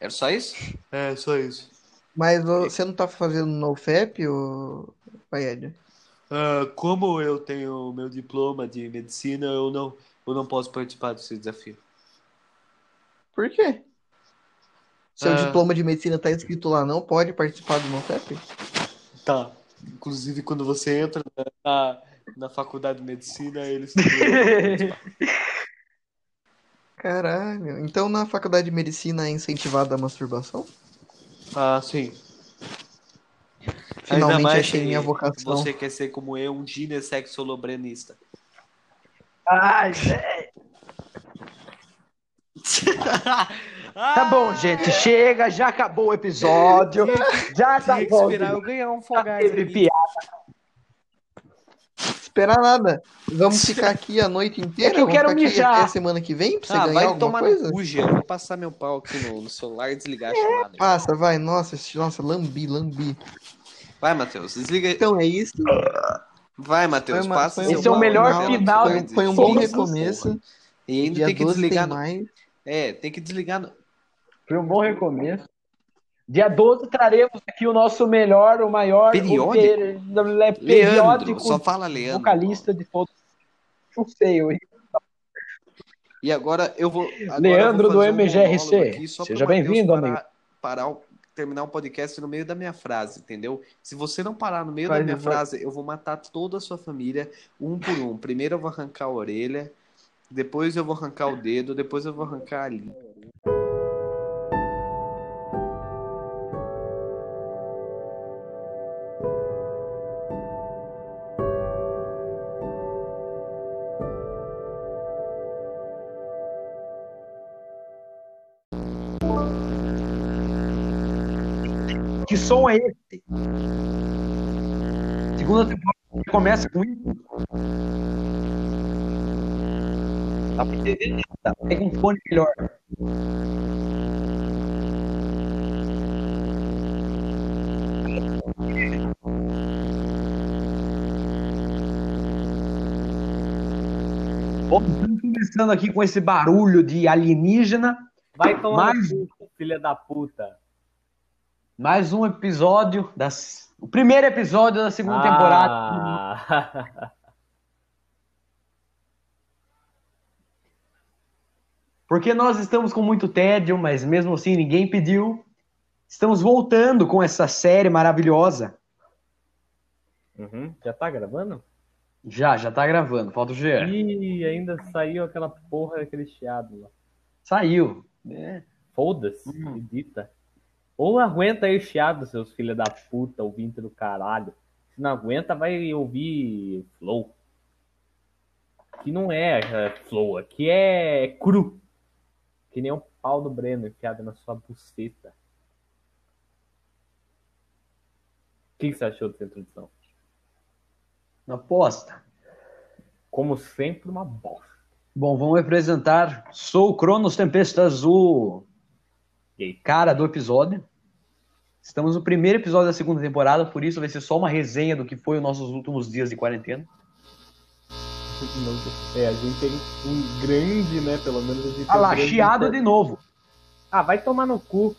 Speaker 1: Era só isso?
Speaker 8: É, só isso.
Speaker 3: Mas ô, você não tá fazendo NoFap, ô... Paed?
Speaker 8: "Ah, como eu tenho meu diploma de medicina, eu não, eu não posso participar desse desafio.
Speaker 3: Por quê? Seu
Speaker 8: Ah.
Speaker 3: diploma de medicina tá escrito lá, não pode participar do Montep?
Speaker 8: Tá. Inclusive, quando você entra na, na faculdade de medicina, eles.
Speaker 3: Caralho. Então na faculdade de medicina é incentivada a masturbação?
Speaker 8: ah, sim.
Speaker 3: Finalmente
Speaker 8: mais
Speaker 3: achei
Speaker 8: se
Speaker 3: minha vocação.
Speaker 8: Você quer ser como eu, um ginessexolobrenista.
Speaker 2: Ai, Tá bom, gente. Chega, já acabou o episódio. Já tá
Speaker 1: Tinha que
Speaker 2: bom.
Speaker 1: esperar eu ganhar um
Speaker 2: Já
Speaker 1: fogás
Speaker 2: teve
Speaker 1: aqui.
Speaker 2: piada.
Speaker 3: Esperar nada. Vamos ficar aqui a noite inteira?
Speaker 2: É que eu
Speaker 3: Vamos
Speaker 2: quero
Speaker 3: ficar aqui
Speaker 2: mijar.
Speaker 3: até semana que vem pra você
Speaker 1: Ah,
Speaker 3: ganhar
Speaker 1: vai
Speaker 3: alguma
Speaker 1: tomar
Speaker 3: coisa?
Speaker 1: no cu, Jean. Eu Vou passar meu pau aqui no, no celular e desligar a
Speaker 3: É.
Speaker 1: chamada.
Speaker 3: Passa, vai. Nossa, nossa, lambi, lambi.
Speaker 1: Vai, Matheus. Desliga.
Speaker 3: Então é isso.
Speaker 1: Vai, Matheus.
Speaker 3: Foi uma-
Speaker 1: Passa
Speaker 3: foi
Speaker 1: seu
Speaker 2: Esse é o
Speaker 1: pau
Speaker 2: melhor
Speaker 1: nela,
Speaker 2: final
Speaker 1: que
Speaker 3: Foi,
Speaker 1: vai
Speaker 3: um- foi um bom
Speaker 1: desligar essa porra.
Speaker 3: recomeço.
Speaker 1: E ainda
Speaker 3: Dia
Speaker 1: tem que
Speaker 3: 12
Speaker 1: desligar.
Speaker 3: tem
Speaker 1: no-
Speaker 3: mais.
Speaker 1: É, tem que desligar. no-
Speaker 2: Foi um bom recomeço. Dia 12 traremos aqui o nosso melhor, o maior,
Speaker 1: Periódico?
Speaker 2: o per- le-
Speaker 1: Leandro.
Speaker 2: periódico
Speaker 1: Só fala Leandro.
Speaker 2: vocalista de todos. Não sei, eu-
Speaker 1: E agora eu vou. agora
Speaker 2: Leandro
Speaker 1: eu vou fazer um
Speaker 2: do MGRC.
Speaker 1: monólogo aqui só pro
Speaker 2: Seja
Speaker 1: Matheus
Speaker 2: bem-vindo,
Speaker 1: parar-
Speaker 2: amigo.
Speaker 1: Parar, o- terminar o podcast no meio da minha frase, entendeu? Se você não parar no meio
Speaker 3: Vai,
Speaker 1: da minha
Speaker 3: vai.
Speaker 1: frase, eu vou matar toda a sua família, um por um. Primeiro eu vou arrancar a orelha, depois eu vou arrancar o dedo, depois eu vou arrancar a língua.
Speaker 2: Que som é esse? Segunda temporada já começa com isso. Dá pra entender? Tá, Pega um fone melhor. Bom, estamos começando aqui com esse barulho de alienígena.
Speaker 9: Vai tomar
Speaker 2: Mais-
Speaker 9: no cu, filha da puta.
Speaker 2: Mais um episódio das. O primeiro episódio da segunda temporada.
Speaker 9: Ah.
Speaker 2: Porque nós estamos com muito tédio, mas mesmo assim ninguém pediu. Estamos voltando com essa série maravilhosa.
Speaker 9: Uhum, Já tá gravando?
Speaker 2: Já, já tá gravando, falta o Jean.
Speaker 9: Ih, ainda saiu aquela porra daquele chiado lá.
Speaker 2: Saiu.
Speaker 9: Foda-se, edita. Ou aguenta aí o chiado, seus filha da puta, ouvinte do caralho. Se não aguenta, vai ouvir flow. Que não é, é flow, aqui é cru. Que nem um pau do Breno enfiado na sua buceta. O que que você achou dessa introdução?
Speaker 2: Aposta.
Speaker 9: Como sempre, uma bosta.
Speaker 2: Bom, vamos apresentar. Sou o Cronos Tempesta Azul,
Speaker 9: Gay.
Speaker 2: cara do episódio. Estamos no primeiro episódio da segunda temporada, por isso vai ser só uma resenha do que foi os nossos últimos dias de quarentena.
Speaker 9: Não- É, a gente tem um grande, né? Pelo menos a gente
Speaker 2: Ah
Speaker 9: tem um
Speaker 2: lá,
Speaker 9: grande
Speaker 2: chiado de novo.
Speaker 9: Ah, vai tomar no cu.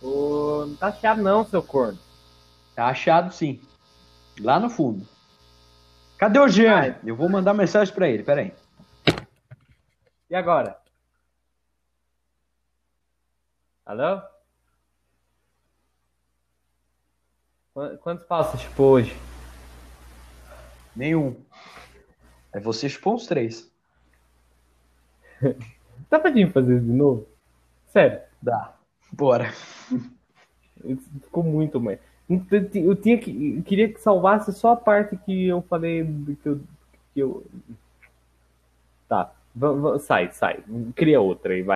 Speaker 9: Ô, não tá chiado não, seu corno.
Speaker 2: Tá achado sim. Lá no fundo. Cadê o Jean? Eu vou mandar mensagem pra ele, peraí.
Speaker 9: E agora? Alô? Qu- Quantos pau você chupou hoje?
Speaker 2: Nenhum. É você expõe os três.
Speaker 9: Dá pra gente fazer isso de novo? Sério.
Speaker 2: Dá. Bora.
Speaker 9: Isso Ficou muito, mãe. Eu ti- eu tinha que, eu queria que salvasse só a parte que eu falei do que eu, que eu... Tá, va- va- sai, sai, cria outra aí, vai.